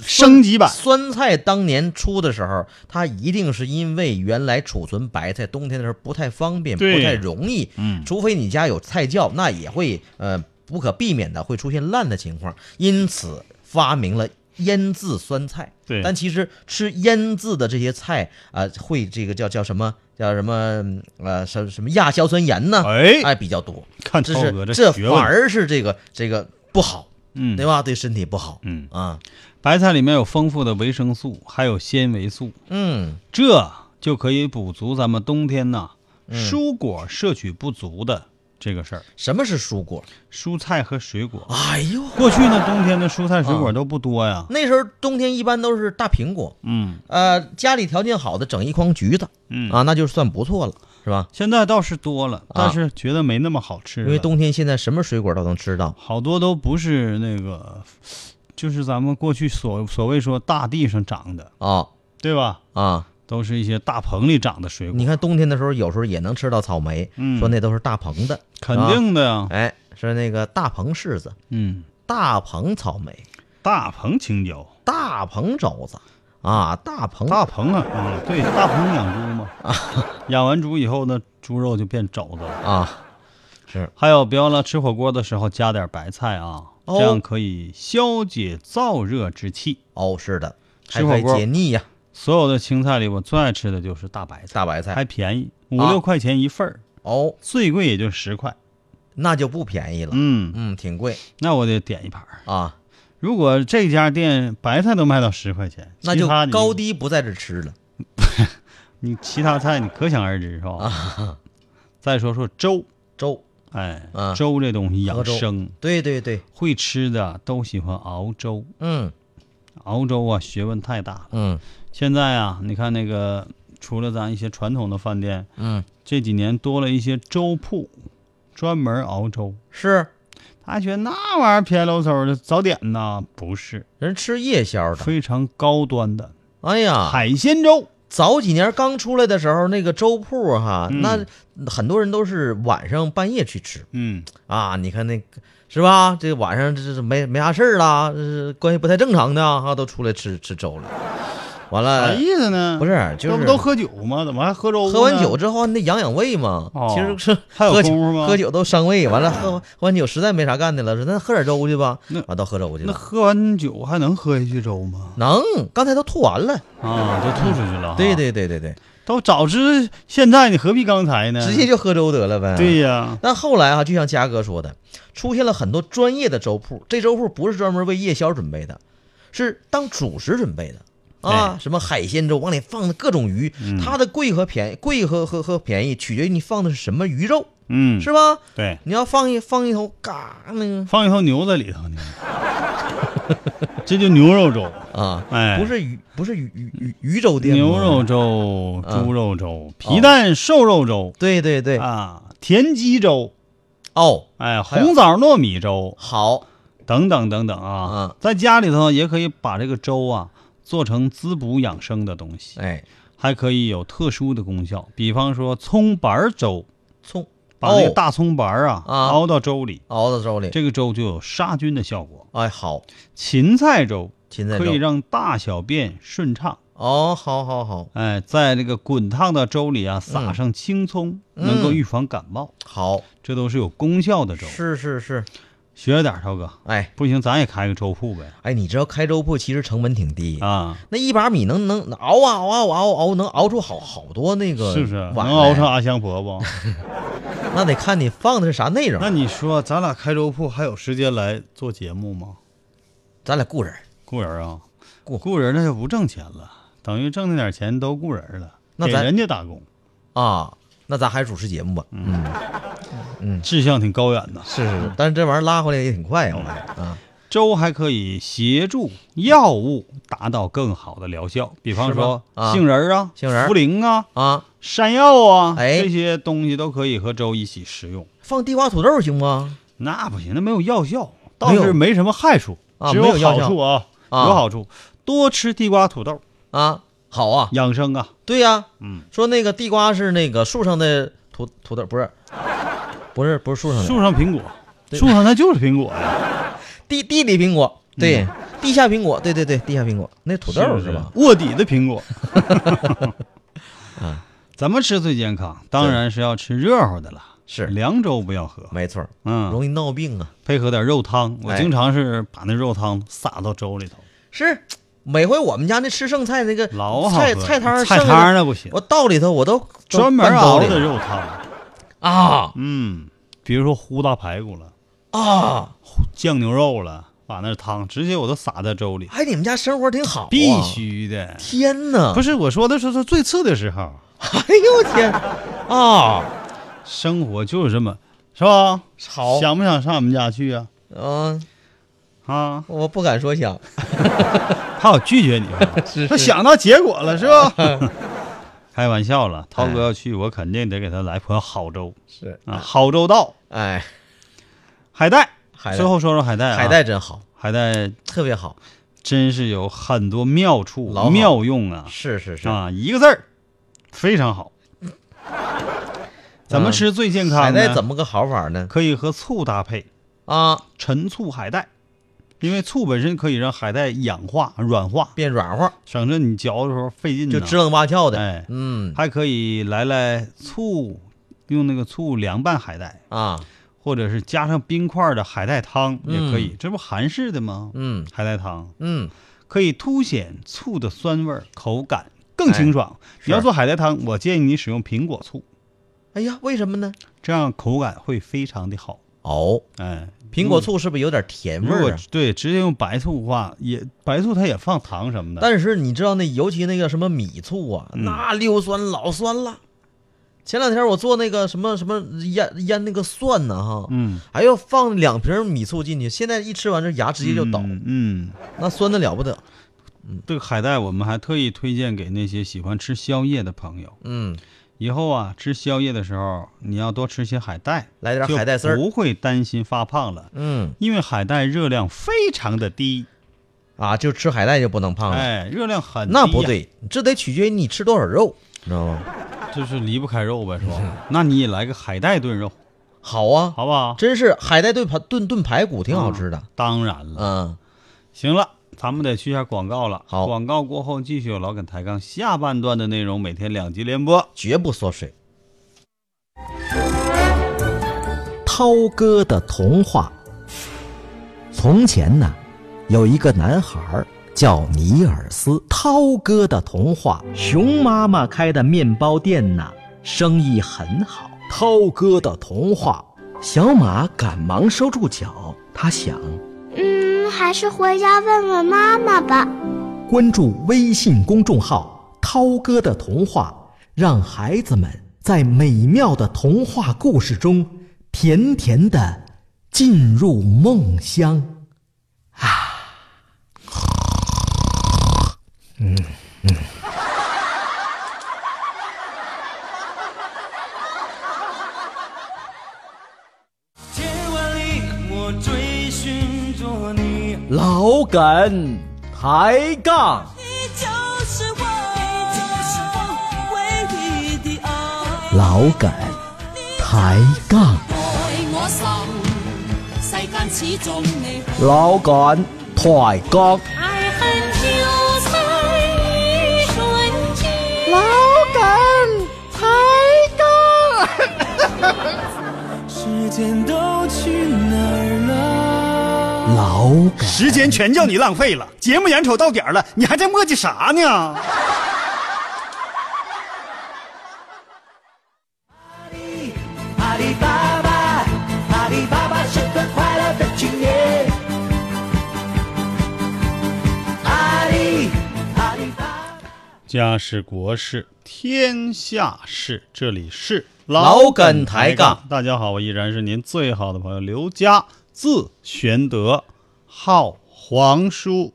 S2: 升级版
S3: 酸菜当年出的时候，它一定是因为原来储存白菜冬天的时候不太方便，不
S2: 对
S3: 太容易，
S2: 嗯
S3: 除非你家有菜窖，那也会呃不可避免的会出现烂的情况，因此发明了。腌制酸菜，
S2: 对
S3: 但其实吃腌制的这些菜啊、呃会这个叫叫什么叫什么嗯呃什什么亚硝酸盐呢？
S2: 哎
S3: 哎，比较多，
S2: 看
S3: 这
S2: 超哥
S3: 是
S2: 这
S3: 这
S2: 学
S3: 反
S2: 问，
S3: 而是这个这个不好，
S2: 嗯，
S3: 对吧？对身体不好，
S2: 嗯
S3: 啊，
S2: 白菜里面有丰富的维生素，还有纤维素，
S3: 嗯，
S2: 这就可以补足咱们冬天呐、
S3: 嗯
S2: 蔬果摄取不足的这个事儿。
S3: 什么是蔬果？
S2: 蔬菜和水果，
S3: 哎呦，
S2: 过去呢冬天的蔬菜水
S3: 啊
S2: 果都不多呀。
S3: 那时候冬天一般都是大苹果，
S2: 嗯
S3: 呃，家里条件好的整一筐橘子
S2: 嗯，
S3: 啊，那就算不错了，是吧？
S2: 现在倒是多了，但是觉得没那么好吃
S3: 啊因
S2: 了，
S3: 为冬天现在什么水果都能吃到，
S2: 好多都不是那个，就是咱们过去所所谓说大地上长的，
S3: 哦
S2: 对吧？
S3: 啊，
S2: 都是一些大棚里长的水果
S3: 你，看冬天的时候，有时候也能吃到草莓，
S2: 嗯哦
S3: 说那都是大棚的，
S2: 肯
S3: 是吧，
S2: 定的呀。
S3: 哎，是那个大棚柿子、
S2: 嗯，
S3: 大棚草莓、
S2: 大棚青椒，
S3: 大棚肘子啊，大棚
S2: 大棚啊，啊，对，大棚养猪 嘛，养完猪以后呢，猪肉就变肘子了。
S3: 啊，
S2: 还有，别忘了吃火锅的时候加点白菜啊，
S3: 哦
S2: 这样可以消解燥热之气。
S3: 哦，是的，还
S2: 吃火
S3: 可以
S2: 锅
S3: 解腻呀，
S2: 所有的青菜里，我最爱吃的就是大白菜，
S3: 大白菜
S2: 还便宜，五
S3: 啊
S2: 六块钱一份儿，
S3: 哦，
S2: 最贵也就十块。
S3: 那就不便宜了，
S2: 嗯，
S3: 嗯，挺贵
S2: 那我得点一盘儿。
S3: 啊，
S2: 如果这家店白菜都卖到十块钱，
S3: 那就
S2: 其他你
S3: 高低不在这吃了。
S2: 你其他菜你可想而知是吧？再说说粥，
S3: 粥，
S2: 哎，
S3: 啊
S2: 粥这东西
S3: 喝
S2: 养
S3: 粥
S2: 生，
S3: 对对对，
S2: 会吃的都喜欢熬粥。
S3: 嗯
S2: 熬粥啊，学问太大了。
S3: 嗯
S2: 现在啊，你看那个，除了咱一些传统的饭店，
S3: 嗯，
S2: 这几年多了一些粥铺，专门熬粥。
S3: 是
S2: 他觉得那玩意儿偏喽嗖的早点呐，不是
S3: 人吃夜宵的。
S2: 非常高端的
S3: 哎呀，
S2: 海鲜粥。
S3: 早几年刚出来的时候，那个粥铺哈，
S2: 嗯
S3: 那很多人都是晚上半夜去吃
S2: 嗯，
S3: 啊。你看那个是吧？这晚上这这没没啥事儿啦，这是关系不太正常的啊，都出来吃吃粥了。完
S2: 啥
S3: 了
S2: 意思呢？
S3: 不是就
S2: 这
S3: 是
S2: 不都喝酒吗？怎么还喝粥呢？
S3: 喝完酒之后你得养养胃嘛。
S2: 哦嗯
S3: 其实是
S2: 还有
S3: 喝酒
S2: 功夫吗
S3: 喝酒都伤胃，完了喝完喝完酒实在没啥干的了，说那喝点粥去吧
S2: 那。
S3: 完到喝粥去
S2: 那
S3: 了，
S2: 喝完酒还能喝下去粥吗？
S3: 能，刚才都吐完了。
S2: 啊，就吐出去了。
S3: 对，对对对对，
S2: 都早知现在，你何必刚才呢？
S3: 直接就喝粥得了呗。
S2: 嗯对呀、
S3: 但后来啊，就像嘉哥说的，出现了很多专业的粥铺，这粥铺不是专门为夜宵准备的，是当主食准备的。
S2: 哎
S3: 啊，什么海鲜粥，往里放的各种鱼，
S2: 嗯
S3: 它的贵和便宜，贵和和和便宜取决于你放的是什么鱼肉，
S2: 嗯，
S3: 是吧？
S2: 对，
S3: 你要放一放一头嘎那个
S2: 放一头牛在里头呢， 这就牛肉粥、
S3: 啊，
S2: 哎
S3: 不是鱼，不是鱼鱼鱼鱼粥店吗，
S2: 牛肉粥、
S3: 嗯
S2: 猪肉粥、皮蛋瘦肉粥、
S3: 对对对，
S2: 啊，田鸡粥，
S3: 哦，
S2: 哎，
S3: 还有
S2: 红枣糯米粥
S3: 好，
S2: 等等等等啊
S3: 嗯，
S2: 在家里头也可以把这个粥啊做成滋补养生的东西，
S3: 哎，
S2: 还可以有特殊的功效，比方说葱白儿粥，
S3: 葱，
S2: 把那个
S3: 哦，
S2: 大葱白儿啊
S3: 啊
S2: 熬到粥里，
S3: 熬到粥里，
S2: 这个粥就有杀菌的效果。
S3: 哎，好，
S2: 芹菜粥
S3: 芹菜
S2: 可以
S3: 粥，
S2: 让大小便顺畅。
S3: 哦，好好好，
S2: 哎，在这个滚烫的粥里啊，撒
S3: 嗯
S2: 上青葱，
S3: 嗯
S2: 能够预防感冒，
S3: 好，
S2: 这都是有功效的粥。
S3: 是是是，
S2: 学着点儿，超哥，
S3: 哎
S2: 不行咱也开个粥铺呗。
S3: 哎，你知道开粥铺其实成本挺低，
S2: 啊，
S3: 那一把米能能熬啊熬啊熬啊熬熬，能熬出好好多那个
S2: 是不是
S3: 碗
S2: 能熬
S3: 来
S2: 成阿香婆不？
S3: 那得看你放的是啥内容
S2: 那，你说咱俩开粥铺还有时间来做节目吗？
S3: 咱俩雇人，
S2: 雇人啊，
S3: 雇
S2: 雇人那就不挣钱了，等于挣那点钱都雇人了，
S3: 那
S2: 给
S3: 咱
S2: 人家打工，
S3: 啊，那咱还是主持节目吧，嗯，
S2: 志向挺高远呐。
S3: 是是是，但是这玩意儿拉回来也挺快啊，我
S2: 嗯
S3: 看啊，
S2: 粥还可以协助药物达到更好的疗效，比方
S3: 是吗
S2: 说
S3: 啊
S2: 杏仁儿啊、
S3: 杏仁儿
S2: 茯苓啊、
S3: 啊，
S2: 山药啊，
S3: 哎
S2: 这些东西都可以和粥一起食用。
S3: 放地瓜土豆行吗？
S2: 那不行，那没有药效，倒
S3: 没有
S2: 是没什么害处，
S3: 啊
S2: 只
S3: 没有药
S2: 好
S3: 效
S2: 处啊，
S3: 啊
S2: 有好处。多吃地瓜、土豆，
S3: 啊，好啊，
S2: 养生啊。
S3: 对呀、
S2: 嗯，
S3: 说那个地瓜是那个树上的土土豆，不是，不是不是树上的
S2: 树上苹果，树上它就是苹果呀，
S3: 地地里苹果，对，地下苹果，对对对，地下苹果，那土豆
S2: 嗯是
S3: 是吧？？
S2: 卧底的 苹果。
S3: 嗯
S2: 怎么吃最健康？当然是要吃热乎的了，
S3: 是
S2: 凉粥不要喝。
S3: 没错，
S2: 嗯，
S3: 容易闹病啊。
S2: 配合点肉汤，我
S3: 哎
S2: 经常是把那肉汤撒到粥里头，
S3: 是，每回我们家那吃剩菜那个
S2: 老好
S3: 菜
S2: 喝
S3: 菜摊儿
S2: 菜
S3: 剩
S2: 摊儿
S3: 的
S2: 那不行
S3: 我，倒里头我都
S2: 专门
S3: 都拌
S2: 熬
S3: 兜里
S2: 的
S3: 了
S2: 肉汤。
S3: 啊
S2: 嗯，比如说烀大排骨了，
S3: 啊！
S2: 酱牛肉了，把那汤直接我都撒在粥里，
S3: 哎，你们家生活挺好啊，
S2: 必须的。
S3: 天哪！
S2: 不
S3: 是，
S2: 是我说的是说最次的时候，
S3: 哎呦我天啊！
S2: 生活就是这么，是吧？
S3: 好，
S2: 想不想上我们家去啊？
S3: 嗯，
S2: 啊，
S3: 我不敢说想，
S2: 怕我拒绝你啊，
S3: 是啊
S2: 他
S3: 是
S2: 想到结果了是吧？ 开玩笑了，涛哥要去，我肯定得给他来盆好粥
S3: 哎是，
S2: 啊，好粥到
S3: 哎，
S2: 海带。
S3: 海带
S2: 最后说说海带、啊，
S3: 海带，真好，
S2: 海带
S3: 特别好，
S2: 真是有很多妙处
S3: 老、好
S2: 妙用啊。
S3: 是是是，
S2: 啊，一个字儿，非常好。怎么吃最健康呢？
S3: 海带怎么个好法呢？
S2: 可以和醋搭配？
S3: 啊，
S2: 陈醋海带，因为醋本身可以让海带氧化、软化，
S3: 变软和，
S2: 省着你嚼的时候费劲呢。
S3: 就支棱八翘的，
S2: 嗯哎
S3: 嗯
S2: 还可以来来醋，用那个醋凉拌海带，
S3: 啊，
S2: 或者是加上冰块的海带汤也可以。
S3: 嗯
S2: 这不韩式的吗？
S3: 嗯
S2: 海带汤
S3: 嗯，
S2: 可以凸显醋的酸味儿，口感更清
S3: 哎
S2: 爽。你要
S3: 是
S2: 做海带汤，我建议你使用苹果醋。
S3: 哎呀，为什么呢？
S2: 这样口感会非常的好。
S3: 哦，
S2: 哎，
S3: 苹果醋是不是有点甜
S2: 嗯如
S3: 味儿
S2: 果
S3: 啊？
S2: 对直接用白醋的话，也白醋它也放糖什么的，
S3: 但是你知道那尤其那个什么米醋啊，
S2: 嗯
S3: 那溜酸老酸了。前两天我做那个什么什么腌腌那个蒜呢哈，
S2: 嗯，
S3: 哎呦放两瓶米醋进去，现在一吃完这牙直接就倒，
S2: 嗯嗯，
S3: 那酸的了不得。
S2: 这个海带我们还特意推荐给那些喜欢吃宵夜的朋友，
S3: 嗯，
S2: 以后啊吃宵夜的时候你要多吃些海带，
S3: 来点海带丝儿
S2: 就不会担心发胖了。
S3: 嗯
S2: 因为海带热量非常的低，
S3: 啊，就吃海带就不能胖了，
S2: 哎，热量很低、
S3: 啊那不，对，这得取决于你吃多少肉，你知道吗？
S2: 就是离不开肉呗，是吧？那你也来个海带炖肉，
S3: 好啊，
S2: 好不好？嗯
S3: 真是海带炖排炖炖排骨挺好吃的。
S2: 当然了，
S3: 嗯，
S2: 行了，咱们得去一下广告了。
S3: 好
S2: 广告过后继续有老梗抬杠下半段的内容，每天两集连播。
S3: 绝不缩水。涛哥的童话。从前呢，有一个男孩儿叫尼尔斯。涛哥的童话，熊妈妈开的面包店呢，生意很好。涛哥的童话，小马赶忙收住脚，他想
S6: 嗯，还是回家问问妈妈吧。
S3: 关注微信公众号“涛哥的童话”，让孩子们在美妙的童话故事中，甜甜的进入梦乡。
S1: 千万里我追寻着你。
S3: 老梗抬杠，
S7: 你就是我，你就是我唯一的爱。
S3: 老梗抬杠，
S7: 愛我心，世間始終你。
S3: 老梗抬杠，
S7: 愛恨就在一瞬間。
S1: 时间都去哪儿了？
S3: 老梗
S5: 时间全叫你浪费了，节目眼瞅到点儿了，你还在磨叽啥呢？
S1: 阿里巴巴，阿里巴巴是个快乐的青年。阿里，阿里巴巴。
S2: 家事国事天下事，这里是
S3: 老梗抬杠。
S2: 大家好，我依然是您最好的朋友刘佳，字玄德，号 皇叔。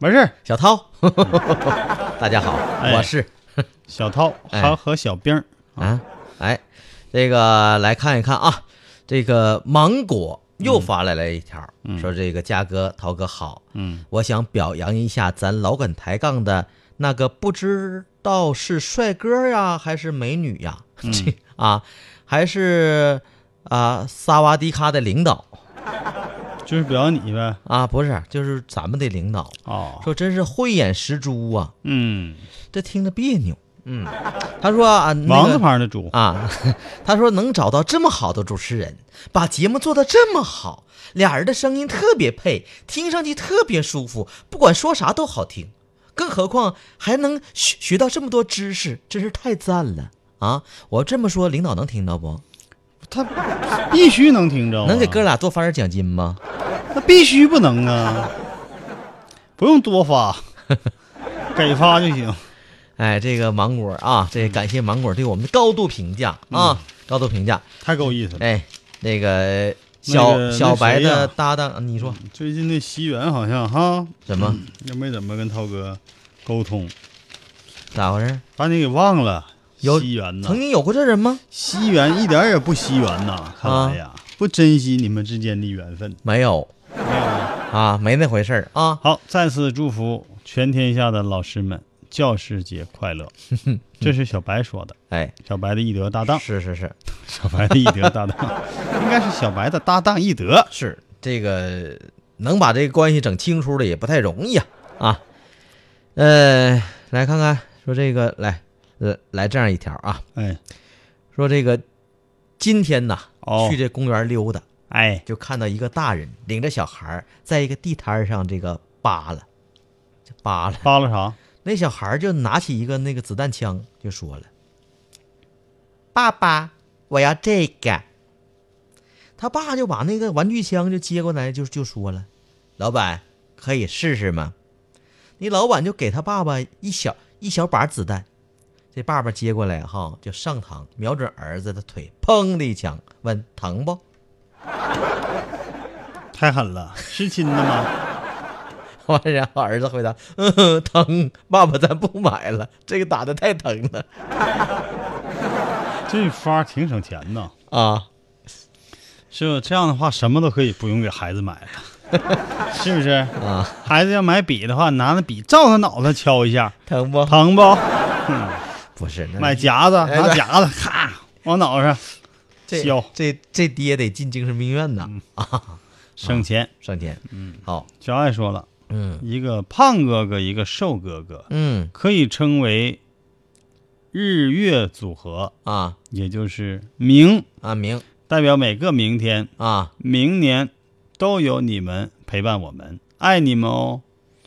S2: 完事儿，
S3: 小涛， 大家好，
S2: 哎
S3: 我是
S2: 小涛
S3: 哎
S2: 还和小兵儿、
S3: 啊，哎，这个来看一看啊，这个芒果又发来了一条，说这个嘉哥、涛哥好，
S2: 嗯，
S3: 我想表扬一下咱老梗抬杠的那个不知道是帅哥呀还是美女呀，这啊，还是啊萨瓦迪卡的领导
S2: 就是表扬你呗。
S3: 啊，不是，就是咱们的领导，
S2: 哦，
S3: 说真是慧眼识珠啊，
S2: 嗯，
S3: 这听着别扭。嗯，他说啊，那个
S2: 王字旁的猪，
S3: 啊， 他说能找到这么好的主持人，把节目做得这么好，俩人的声音特别配，听上去特别舒服，不管说啥都好听，更何况还能学学到这么多知识，真是太赞了啊！我这么说，领导能听到不？
S2: 他必须能听着啊、
S3: 能给哥俩做发人奖金吗？
S2: 那必须不 能啊，不用多发，给发就行。
S3: 哎，这个芒果啊，这感谢芒果对我们的高度评价
S2: 嗯
S3: 啊，高度评价。
S2: 太够意思了。
S3: 哎，那个
S2: 那
S3: 小、
S2: 个那
S3: 小白
S2: 谁呀嗯
S3: 的搭档，你说
S2: 最近那西元好像哈，
S3: 怎么
S2: 也没怎么跟涛哥沟通，
S3: 咋回事？
S2: 把你给忘了。
S3: 有
S2: 西元呐
S3: 曾，经有过这人吗？
S2: 西元一点儿也不惜缘呐，看来呀，不珍惜你们之间的缘分。
S3: 没有，啊，没那回事儿啊。
S2: 好，再次祝福全天下的老师们教师节快乐。这是小白说的，
S3: 哎，
S2: 小白的易德 搭档，
S3: 是是是
S2: 小白的易德搭档， 应该是小白的搭档易德。
S3: 是，这个能把这个关系整清楚的也不太容易啊啊。呃，来看看，说这个来，呃，来这样一条啊，
S2: 哎
S3: 说这个今天呐，
S2: 哦
S3: 去这公园溜达，
S2: 哎，
S3: 就看到一个大人领着小孩儿在一个地摊儿上这个扒拉，就扒拉。
S2: 扒拉啥？
S3: 那小孩儿就拿起一个那个子弹枪，就说了：“爸爸，我要这个。”他爸就把那个玩具枪就接过来，就就说了：“老板，可以试试吗？”那老板就给他爸爸一小一小把子弹，这爸爸接过来哈，就上膛，瞄准儿子的腿，砰的一枪，问疼不？
S2: 太狠了，是亲的吗？
S3: 完，然后儿子回答：“嗯，疼，爸爸，咱不买了，这个打的太疼了
S2: 这法儿挺省钱呐。
S3: 啊。”
S2: 是吧？这样的话，什么都可以不用给孩子买了， 是不是？啊，孩子要买笔的话，拿那笔照他脑袋敲一下，
S3: 疼不？
S2: 疼不？
S3: 不是，那
S2: 买夹子，
S3: 哎
S2: 拿
S3: 对
S2: 夹子，咔往脑上
S3: 这
S2: 削
S3: 这这爹得进精神病院呐、啊！
S2: 生前，
S3: 上天，嗯，好，
S2: 小爱说了，
S3: 嗯
S2: 一个胖哥哥，一个瘦哥哥，
S3: 嗯
S2: 可以称为日月组合，
S3: 啊
S2: 也就是明
S3: 啊明
S2: 代表每个明天、
S3: 啊
S2: 明年都有你们陪伴我们，爱你们哦。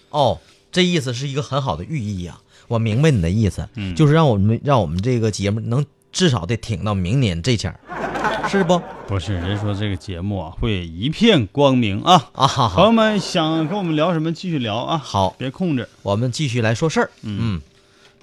S3: 哦，这意思是一个很好的寓意啊，我明白你的意思，就是让我们让我们这个节目能至少得挺到明年这前儿，是不？
S2: 不是，人说这个节目啊会一片光明啊。
S3: 啊，好
S2: 朋
S3: 好
S2: 友们想跟我们聊什么，继续聊啊，
S3: 好
S2: 别控制。
S3: 我们继续来说事儿，嗯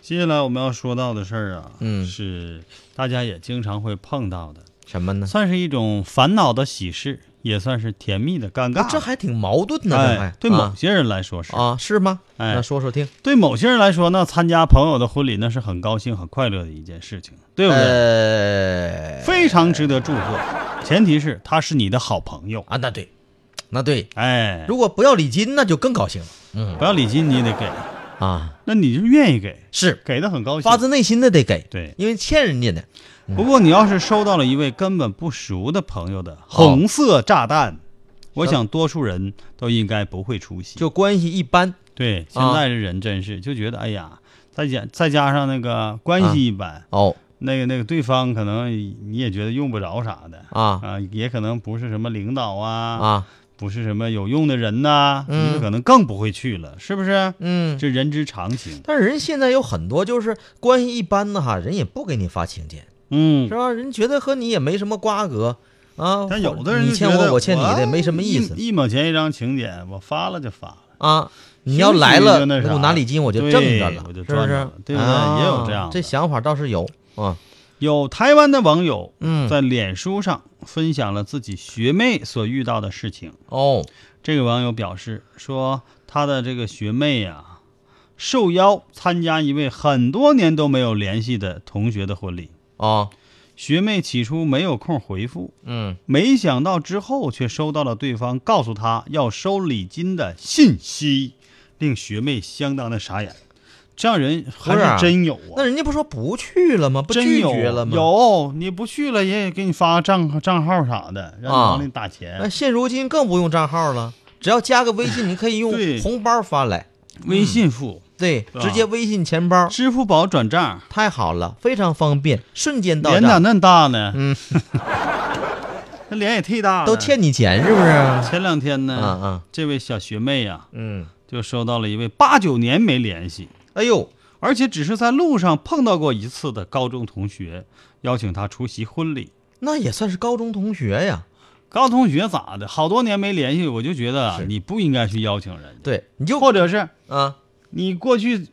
S2: 接下来我们要说到的事儿啊，
S3: 嗯
S2: 是大家也经常会碰到的，
S3: 什么呢？
S2: 算是一种烦恼的喜事，也算是甜蜜的尴尬。
S3: 啊这还挺矛盾呢，这还
S2: 啊哎，对某
S3: 啊
S2: 些人来说是，
S3: 啊是吗？
S2: 哎
S3: 那说说听，
S2: 对某些人来说呢，参加朋友的婚礼那是很高兴、很快乐的一件事情，对不对？
S3: 呃
S2: 非常值得祝贺，前提是他是你的好朋友。
S3: 啊那对，那对，
S2: 哎，
S3: 如果不要礼金那就更高兴了，嗯
S2: 不要礼金你也得给，
S3: 啊
S2: 那你就愿意给，
S3: 是
S2: 给的很高兴。
S3: 发自内嗯心的得给，
S2: 对
S3: 因为欠人家的。
S2: 不过你要是收到了一位根本不熟的朋友
S3: 哦
S2: 的红色炸弹，我想多数人都应该不会出席。
S3: 就啊关系一般，
S2: 对，现在这人真是就觉得，哎呀，再加再加上那个关系一般，
S3: 哦
S2: 那个那个对方可能你也觉得用不着啥的
S3: 啊
S2: 啊，也可能不是什么领导啊，
S3: 啊，
S2: 不是什么有用的人呐，
S3: 嗯
S2: 你就可能更不会去了，是不是？
S3: 嗯，
S2: 这人之常情。
S3: 但是人现在有很多就是关系一般的哈，人也不给你发请柬，
S2: 嗯
S3: 是，吧？人觉得和你也没什么瓜葛啊。
S2: 但有的人
S3: 你
S2: 就觉
S3: 欠
S2: 得
S3: 我，我欠你的，没什么意思
S2: 一一毛钱一张请柬，我发了就发了。
S3: 啊。你
S2: 兴
S3: 要来
S2: 许
S3: 了，
S2: 就那
S3: 给我
S2: 啥
S3: 拿礼金，我就
S2: 对
S3: 挣着了，
S2: 我就是赚
S3: 不
S2: 着
S3: 是
S2: 了？对不对
S3: 啊
S2: 也有这样的
S3: 这想法倒是有啊。
S2: 有台湾的网友
S3: 嗯
S2: 在脸书上分享了自己学妹所遇到的事情。
S3: 哦，
S2: 这个网友表示说，他的这个学妹呀、受邀参加一位很多年都没有联系的同学的婚礼。
S3: 哦，
S2: 学妹起初没有空回复，
S3: 嗯，
S2: 没想到之后却收到了对方告诉她要收礼金的信息，令学妹相当的傻眼。这样人还
S3: 不是啊
S2: 是真有啊！
S3: 那人家不说不去了吗？不
S2: 真
S3: 拒
S2: 有啊
S3: 绝了吗？。
S2: 有，你不去了也得给你发账账号啥的，让你
S3: 啊
S2: 往里打钱。
S3: 那现如今更不用账号了，只要加个微信，你可以用
S2: 对啊
S3: 红包发来，
S2: 微信付、
S3: 对，
S2: 吧
S3: 直接微信钱包。
S2: 嗯支付宝转账，
S3: 太好了，非常方便，瞬间到
S2: 脸咋
S3: 账，
S2: 那么大呢？
S3: 嗯，
S2: 那脸也忒大了。
S3: 都欠你钱是不是？
S2: 前两天呢，
S3: 啊啊
S2: 这位小学妹啊呀、
S3: 嗯，
S2: 就收到了一位八九年没联系，
S3: 哎呦，
S2: 而且只是在路上碰到过一次的高中同学，邀请她出席婚礼。
S3: 那也算是高中同学呀。
S2: 高中同学咋的？好多年没联系，我就觉得啊
S3: 是
S2: 你不应该去邀请人家，
S3: 对，你就
S2: 或者是
S3: 啊，
S2: 你过去，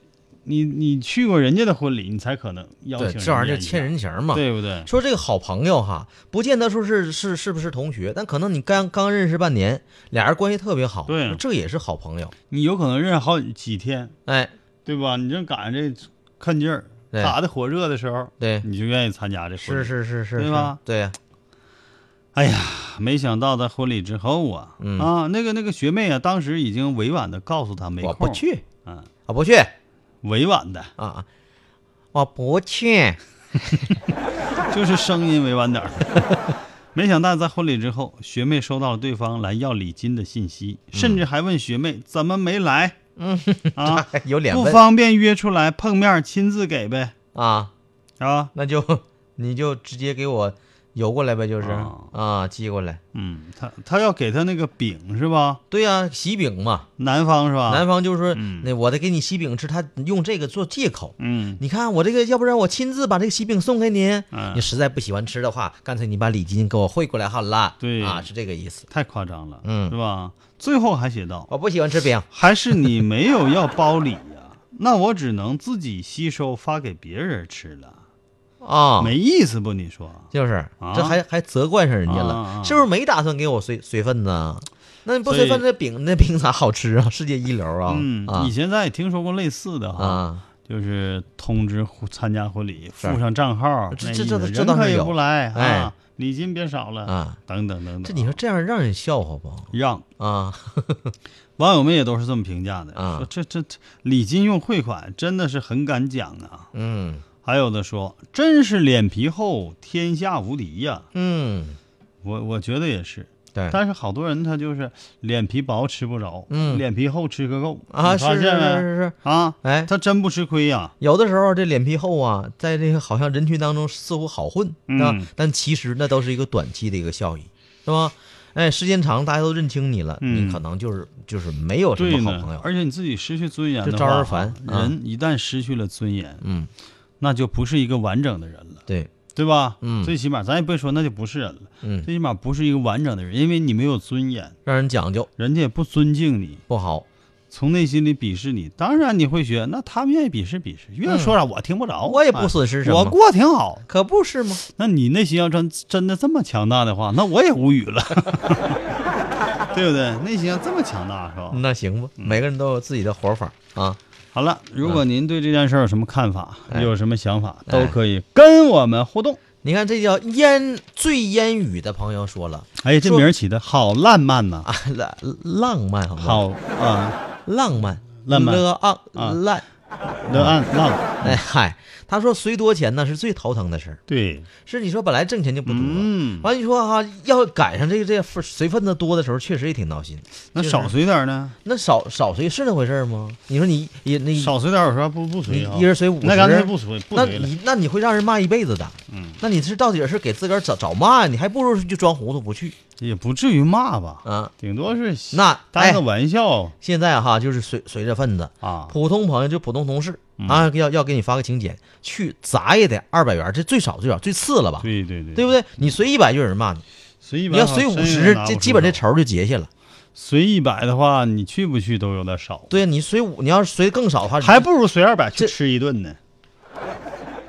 S2: 你你去过人家的婚礼，你才可能邀
S3: 对，
S2: 请人家
S3: 这玩意儿就欠人
S2: 一
S3: 情
S2: 下，
S3: 嘛。
S2: 对不对？
S3: 说这个好朋友哈，不见得说是是是不是同学，但可能你刚刚认识半年，俩人关系特别好，
S2: 对啊
S3: 这也是好朋友。
S2: 你有可能认识好几天，
S3: 哎，
S2: 对吧？你正赶上这看劲儿，
S3: 对
S2: 打的火热的时候，
S3: 对，
S2: 你就愿意参加这婚
S3: 是
S2: 礼。
S3: 是是是，
S2: 嗯对
S3: 是
S2: 吧？
S3: 对呀，
S2: 哎呀，没想到在婚礼之后啊，
S3: 嗯
S2: 啊，那个那个学妹啊，当时已经委婉的告诉他没空，
S3: 我不，去，
S2: 嗯，
S3: 我不去啊
S2: 委婉的，
S3: 啊，我不去。
S2: 就是声音委婉点儿。 没想到在婚礼之后，学妹收到了对方来要礼金的信息，
S3: 嗯
S2: 甚至还问学妹怎么没来。嗯 啊，
S3: 有脸
S2: 不
S3: 问
S2: 方便约出来碰面，亲自给呗，
S3: 啊？
S2: 啊，
S3: 那就你就直接给我邮过来呗，就是
S2: 啊
S3: 啊，寄过来。
S2: 嗯，他他要给他那个饼是吧？
S3: 对呀、喜饼嘛，
S2: 南方是吧？
S3: 南，方就是说，
S2: 啊嗯
S3: 那我得给你喜饼吃，他用这个做借口。
S2: 嗯，
S3: 你看我这个，要不然我亲自把这个喜饼送给你。
S2: 嗯
S3: 你实在不喜欢吃的话，干脆你把礼金给我汇过来好了。
S2: 对
S3: 啊，是这个意思。
S2: 太夸张了，
S3: 嗯
S2: 是吧？最后还写道，
S3: 我不喜欢吃饼，
S2: 还是你没有要包礼呀、 那我只能自己吸收发给别人吃了，
S3: 啊，
S2: 没意思不？你说，
S3: 就是
S2: 啊
S3: 这还还责怪上人家
S2: 啊啊
S3: 了，是不是没打算给我随随份子？啊那你不随份子，
S2: 所
S3: 那饼那饼咋好吃啊？世界一流啊！
S2: 嗯，
S3: 啊
S2: 以前咱也听说过类似的哈，
S3: 啊，
S2: 就是通知婚参加婚礼，
S3: 是
S2: 附上账号，
S3: 这
S2: 那
S3: 这
S2: 意
S3: 这
S2: 思
S3: 这
S2: 人
S3: 倒是
S2: 可以
S3: 有
S2: 不来，
S3: 哎
S2: 啊，礼金别少了
S3: 啊，
S2: 等等等等，
S3: 这你说这样让人笑话不？
S2: 让
S3: 啊，
S2: 网友们也都是这么评价的，
S3: 啊
S2: 说这这这礼金用汇款真的是很敢讲啊。
S3: 嗯
S2: 还有的说，真是脸皮厚，天下无敌呀、
S3: 嗯，
S2: 我我觉得也是，
S3: 对，
S2: 但是好多人他就是脸皮薄吃不着，
S3: 嗯
S2: 脸皮厚吃个够
S3: 啊，
S2: 你
S3: 是
S2: 发
S3: 是
S2: 现没
S3: 是是是，
S2: 啊，
S3: 哎，
S2: 他真不吃亏呀、
S3: 有的时候这脸皮厚啊，在这个好像人群当中似乎好混，
S2: 嗯
S3: 啊，但其实那都是一个短期的一个效益，是吧？哎，时间长，大家都认清你了，
S2: 嗯
S3: 你可能就是就是没有什
S2: 对
S3: 么好朋
S2: 呢
S3: 友，，
S2: 而且你自己失去尊严
S3: 就
S2: 的
S3: 招
S2: 话
S3: 人烦啊
S2: 人一旦失去了尊严，
S3: 嗯，
S2: 那就不是一个完整的人了，
S3: 对，
S2: 对吧？
S3: 嗯
S2: 最起码咱也别说那就不是人了，
S3: 嗯，
S2: 最起码不是一个完整的人，因为你没有尊严，
S3: 让人讲究
S2: 人家也不尊敬你，
S3: 不好，
S2: 从内心里鄙视你。当然你会学，那他们愿意鄙视鄙视，愿意说啥我听不着，
S3: 嗯我也不
S2: 哎
S3: 损失什么
S2: 我过挺好。
S3: 可不是吗？
S2: 那你内心要真真的这么强大的话， 那我也无语了，对不对？内心要这么强大是吧？
S3: 嗯那行吧，
S2: 嗯
S3: 每个人都有自己的活法啊。
S2: 好了，如果您对这件事儿有什么看法，
S3: 哎
S2: 有什么想法，
S3: 哎
S2: 都可以跟我们互动。
S3: 你看，这叫烟醉烟雨的朋友说了
S2: 哎，这
S3: 说
S2: 名儿起的好烂漫呐，
S3: 啊，浪浪漫好不
S2: 好啊，
S3: 浪漫，
S2: 浪漫
S3: 了昂
S2: 啊
S3: 烂，
S2: 那按浪，
S3: 哎嗨，他说虽多钱呢是最头疼的事儿，
S2: 对，
S3: 是你说本来挣钱就不多，
S2: 嗯
S3: 完了你说哈、要赶上这个这份随份子多的时候，确实也挺闹心。
S2: 那
S3: 就是
S2: 少随点儿呢？
S3: 那少少随是那回事儿吗？你说你也那
S2: 少随点儿有时候不不随啊
S3: 你，一人随五十，
S2: 那干脆不随不
S3: 那
S2: 随了。
S3: 你那你会让人骂一辈子的。
S2: 嗯，
S3: 那你是到底是给自个儿找找骂，你还不如就装糊涂不去
S2: 也不至于骂吧，
S3: 啊？
S2: 顶多是
S3: 那
S2: 当
S3: 哎
S2: 个玩笑
S3: 现在哈、就是随随着份子，
S2: 啊。嗯
S3: 普通朋友就普通同事啊，要要给你发个请柬，去咋也得二百元，这最少最少最次了吧？
S2: 对对对，
S3: 对不对？你随一百就有人骂你，
S2: 随意
S3: 你要随五十，这基本这仇就结下了。
S2: 随一百的话，你去不去都有点少，
S3: 对呀，你随五，你要是随更少的话，
S2: 还不如随二百去
S3: 嗯这
S2: 吃一顿呢。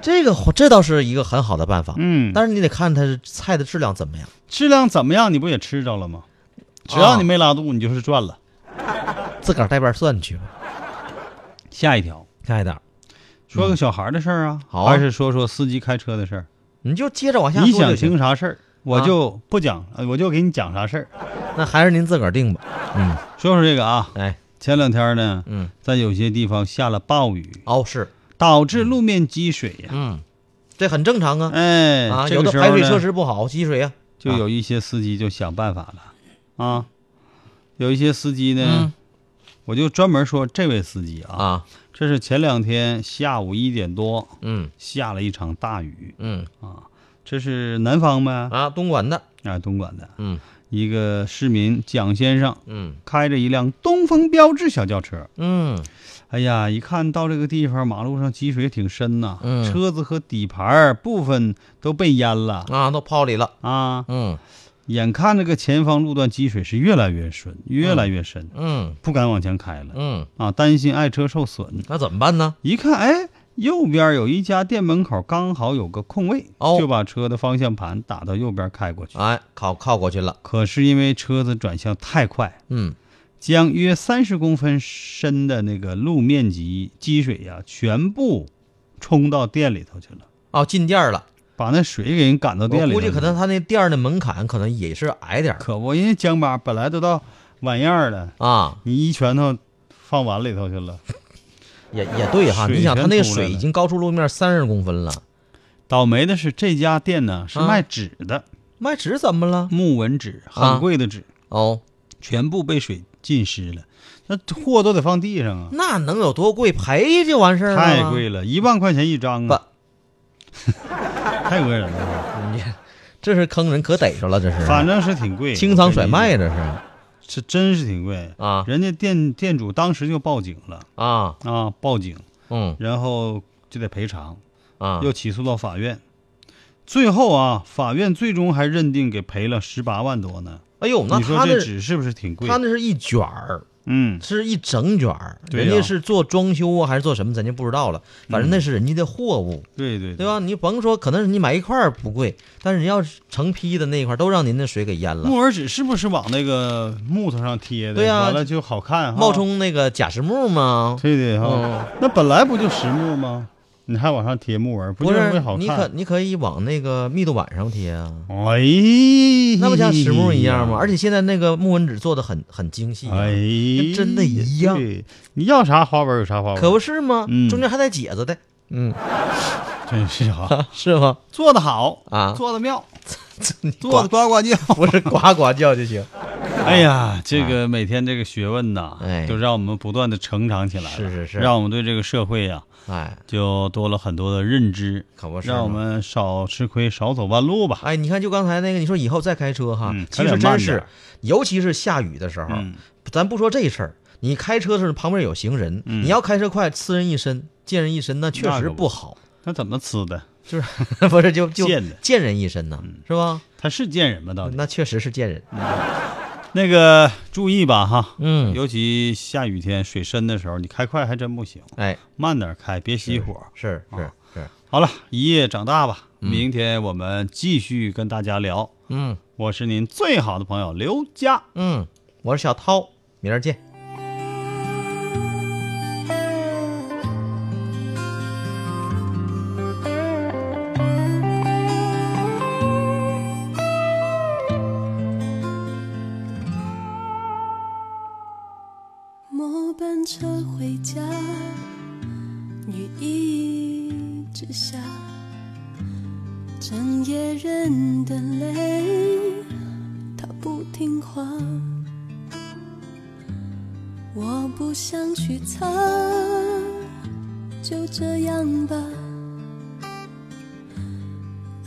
S3: 这个这倒是一个很好的办法。
S2: 嗯
S3: 但是你得看它菜的质量怎么样。
S2: 质量怎么样，你不也吃着了吗？只
S3: 啊
S2: 要你没拉肚，你就是赚了。
S3: 自个儿带瓣蒜去吧。
S2: 下一条，
S3: 下一档，
S2: 说个小孩的事儿啊，
S3: 好啊
S2: 还是说说司机开车的事儿？
S3: 你就接着往下说
S2: 你
S3: 就行
S2: 想听啥事儿，我
S3: 啊
S2: 就不讲，呃我就给你讲啥事儿。
S3: 那还是您自个儿定吧。
S2: 说说这个啊，
S3: 哎，
S2: 前两天呢，
S3: 嗯，
S2: 在有些地方下了暴雨，
S3: 哦是，
S2: 导致路面积水呀。
S3: 嗯，这很正常啊。
S2: 哎，
S3: 啊，
S2: 这
S3: 有的
S2: 个时
S3: 排
S2: 候
S3: 水设
S2: 呢，
S3: 施不好，积水啊。
S2: 就有一些司机就想办法了啊。有一些司机呢
S3: 嗯，
S2: 我就专门说这位司机啊，
S3: 啊，
S2: 这是前两天下午一点多
S3: 嗯
S2: 下了一场大雨，
S3: 嗯
S2: 这是南方呗，
S3: 啊，东莞的，
S2: 啊，东莞的
S3: 嗯
S2: 一个市民蒋先生，
S3: 嗯
S2: 开着一辆东风标致小轿车。
S3: 嗯
S2: 哎呀，一看到这个地方，马路上积水挺深呐、
S3: 嗯
S2: 车子和底盘儿部分都被淹了
S3: 啊，都泡里了。
S2: 啊！
S3: 嗯
S2: 眼看这个前方路段积水是越来越深，越来越深，
S3: 嗯
S2: 不敢往前开了
S3: 嗯，
S2: 啊，担心爱车受损。
S3: 那怎么办呢？
S2: 一看，哎，右边有一家店门口刚好有个空位，
S3: 哦
S2: 就把车的方向盘打到右边开过去。
S3: 哎，靠靠过去了。
S2: 可是因为车子转向太快，
S3: 嗯
S2: 将约三十公分深的那个路面积积水呀、全部冲到店里头去了，
S3: 哦，进店儿了。
S2: 把那水给人赶到
S3: 我
S2: 店里头
S3: 估
S2: 去
S3: 计
S2: 了。
S3: 可能他那店儿的门槛可能也是矮点儿
S2: 可不，人家江巴本来都到碗样儿了，
S3: 啊，
S2: 你一拳头放碗里头去了，
S3: 也也对哈。
S2: 水
S3: 你想，
S2: 全
S3: 他那个
S2: 出来
S3: 水
S2: 了
S3: 已经高出路面三十公分了，
S2: 倒霉的是这家店呢是
S3: 啊
S2: 卖纸的，
S3: 卖纸怎么了？
S2: 木纹纸，
S3: 啊
S2: 很贵的纸，
S3: 哦，
S2: 全部被水浸湿了，那货都得放地上啊，
S3: 那能有多贵？赔就完事儿了。
S2: 太贵了，一万块钱一张啊， 太贵人了。
S3: 你这是坑人，可逮着了，这是。
S2: 反正是挺贵，
S3: 清仓甩卖，
S2: 的，
S3: 这是
S2: 是真是挺贵
S3: 啊
S2: 人家店店主当时就报警了
S3: 啊，
S2: 啊，报警，
S3: 嗯
S2: 然后就得赔偿，
S3: 啊，
S2: 又起诉到法院。最后啊，法院最终还认定给赔了十八万多呢。
S3: 哎呦，那
S2: 你说
S3: 他
S2: 这
S3: 那
S2: 纸是不是挺贵
S3: 他？那是一卷儿，
S2: 嗯，
S3: 是一整卷儿，
S2: 对呀嗯
S3: 人家是做装修啊，还是做什么，咱就不知道了。反正那是人家的货物，
S2: 对对
S3: 对吧？？你甭说，可能是你买一块儿不贵，但是你要是成批的那一块儿都让您的水给淹了，
S2: 木耳纸是不是往那个木头上贴的？
S3: 对呀
S2: 完了就好看哈，
S3: 冒。充那个假石木吗？
S2: 对对哈
S3: 嗯，
S2: 那本来不就实木吗？你还往上贴木耳，
S3: 不
S2: 就是会好，
S3: 你可
S2: 看？
S3: 你可以往那个密度板上贴啊，
S2: 哎，
S3: 那不像实木一样吗？而且现在那个木纹纸做的很很精细啊、
S2: 哎
S3: 跟，真的一样
S2: 对你要啥花纹有啥花纹，
S3: 可不是吗？
S2: 嗯
S3: 中间还带解子的，嗯，
S2: 真是啊，
S3: 是吗？
S2: 做的好
S3: 啊
S2: 做的妙，
S3: 你
S2: 肚
S3: 呱
S2: 子呱 呱叫。
S3: 不是呱呱叫就行。
S2: 哎呀，这个每天这个学问呐，
S3: 啊哎
S2: 就让我们不断的成长起来了，
S3: 是是是
S2: 让我们对这个社会啊呀、
S3: 哎，
S2: 就多了很多的认知，
S3: 可不是吗
S2: 让我们少吃亏，少走弯路吧。
S3: 哎，你看，就刚才那个，你说以后再开车哈，
S2: 嗯
S3: 其
S2: 开点
S3: 实
S2: 慢
S3: 真
S2: 点
S3: 是
S2: 儿，
S3: 尤其是下雨的时候，
S2: 嗯
S3: 咱不说这事儿，你开车的时候旁边有行人，你要开车快，刺人一身，溅人一身，那确
S2: 嗯那
S3: 实
S2: 可不
S3: 不好，
S2: 那怎么呲的？
S3: 就是不是 就就
S2: 溅的嗯
S3: 溅人一身呢，是吧？
S2: 他是见人吗？到底
S3: 那确实是溅人，
S2: 嗯那个注意吧，哈，
S3: 嗯，
S2: 尤其下雨天水深的时候，你开快还真不行，
S3: 哎，
S2: 慢点开，别熄火。
S3: 是
S2: 哦
S3: 嗯是是，
S2: 好了，一夜长大吧。明天我们继续跟大家聊。
S3: 嗯
S2: 我是您最好的朋友刘佳。
S3: 嗯，我是小涛，明儿见。
S7: 末班车回家，雨一直下，整夜人的泪，它不听话。我不想去擦，就这样吧。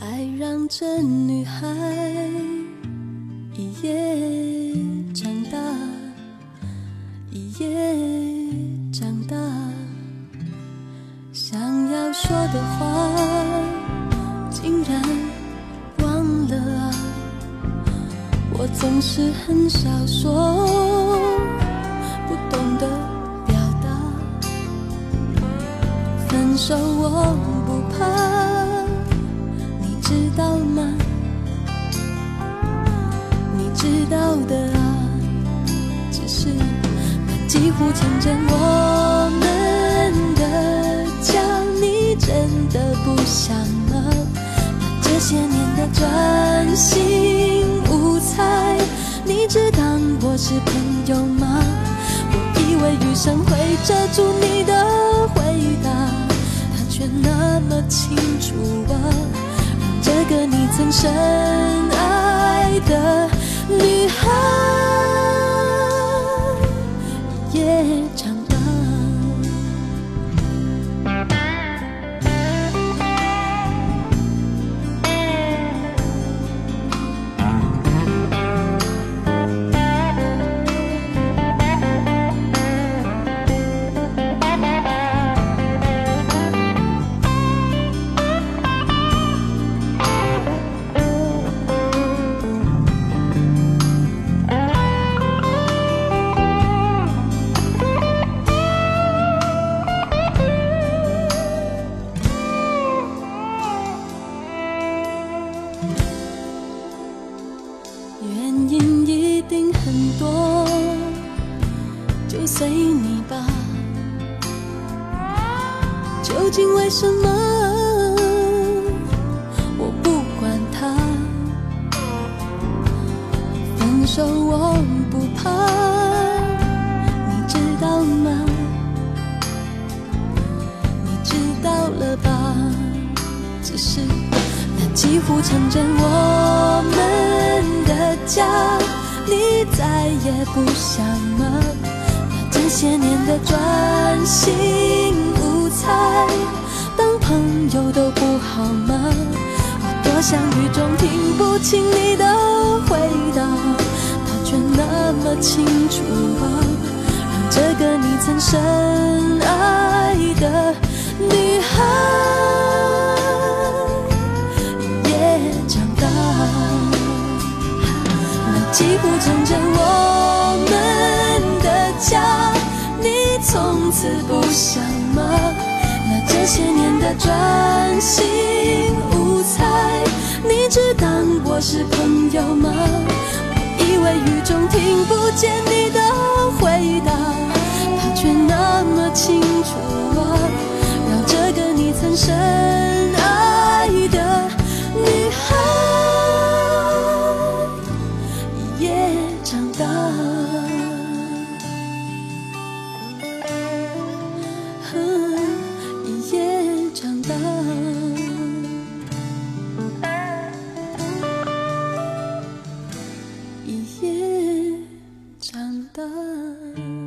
S7: 爱让这女孩一夜长大。一夜长大，想要说的话，竟然忘了啊！我总是很少说，不懂得表达。分手我不怕，你知道吗？你知道的啊。只是那几乎成真。我们的家，你真的不想了？那这些年的专心无猜，你只当我是朋友吗？我以为余生会遮住你的回答，它却那么清楚啊。让这个你曾深爱的女孩也长大。原因一定很多，就随你吧。究竟为什么？我不管它，分手我不怕，你知道吗？你知道了吧？只是那几乎成真我们的家，你再也不想了。那这些年的专心无猜，当朋友都不好吗？我多想雨中听不清你的回答，它却那么清楚啊。让这个你曾深爱的女孩也长大。那几乎成全我们的家，你从此不想吗？那这些年的专心无猜，你只当我是朋友吗？我以为雨中听不见你的回答，它却那么清楚啊，让这个你曾深爱的女孩。一夜长大。哼一夜长大。的。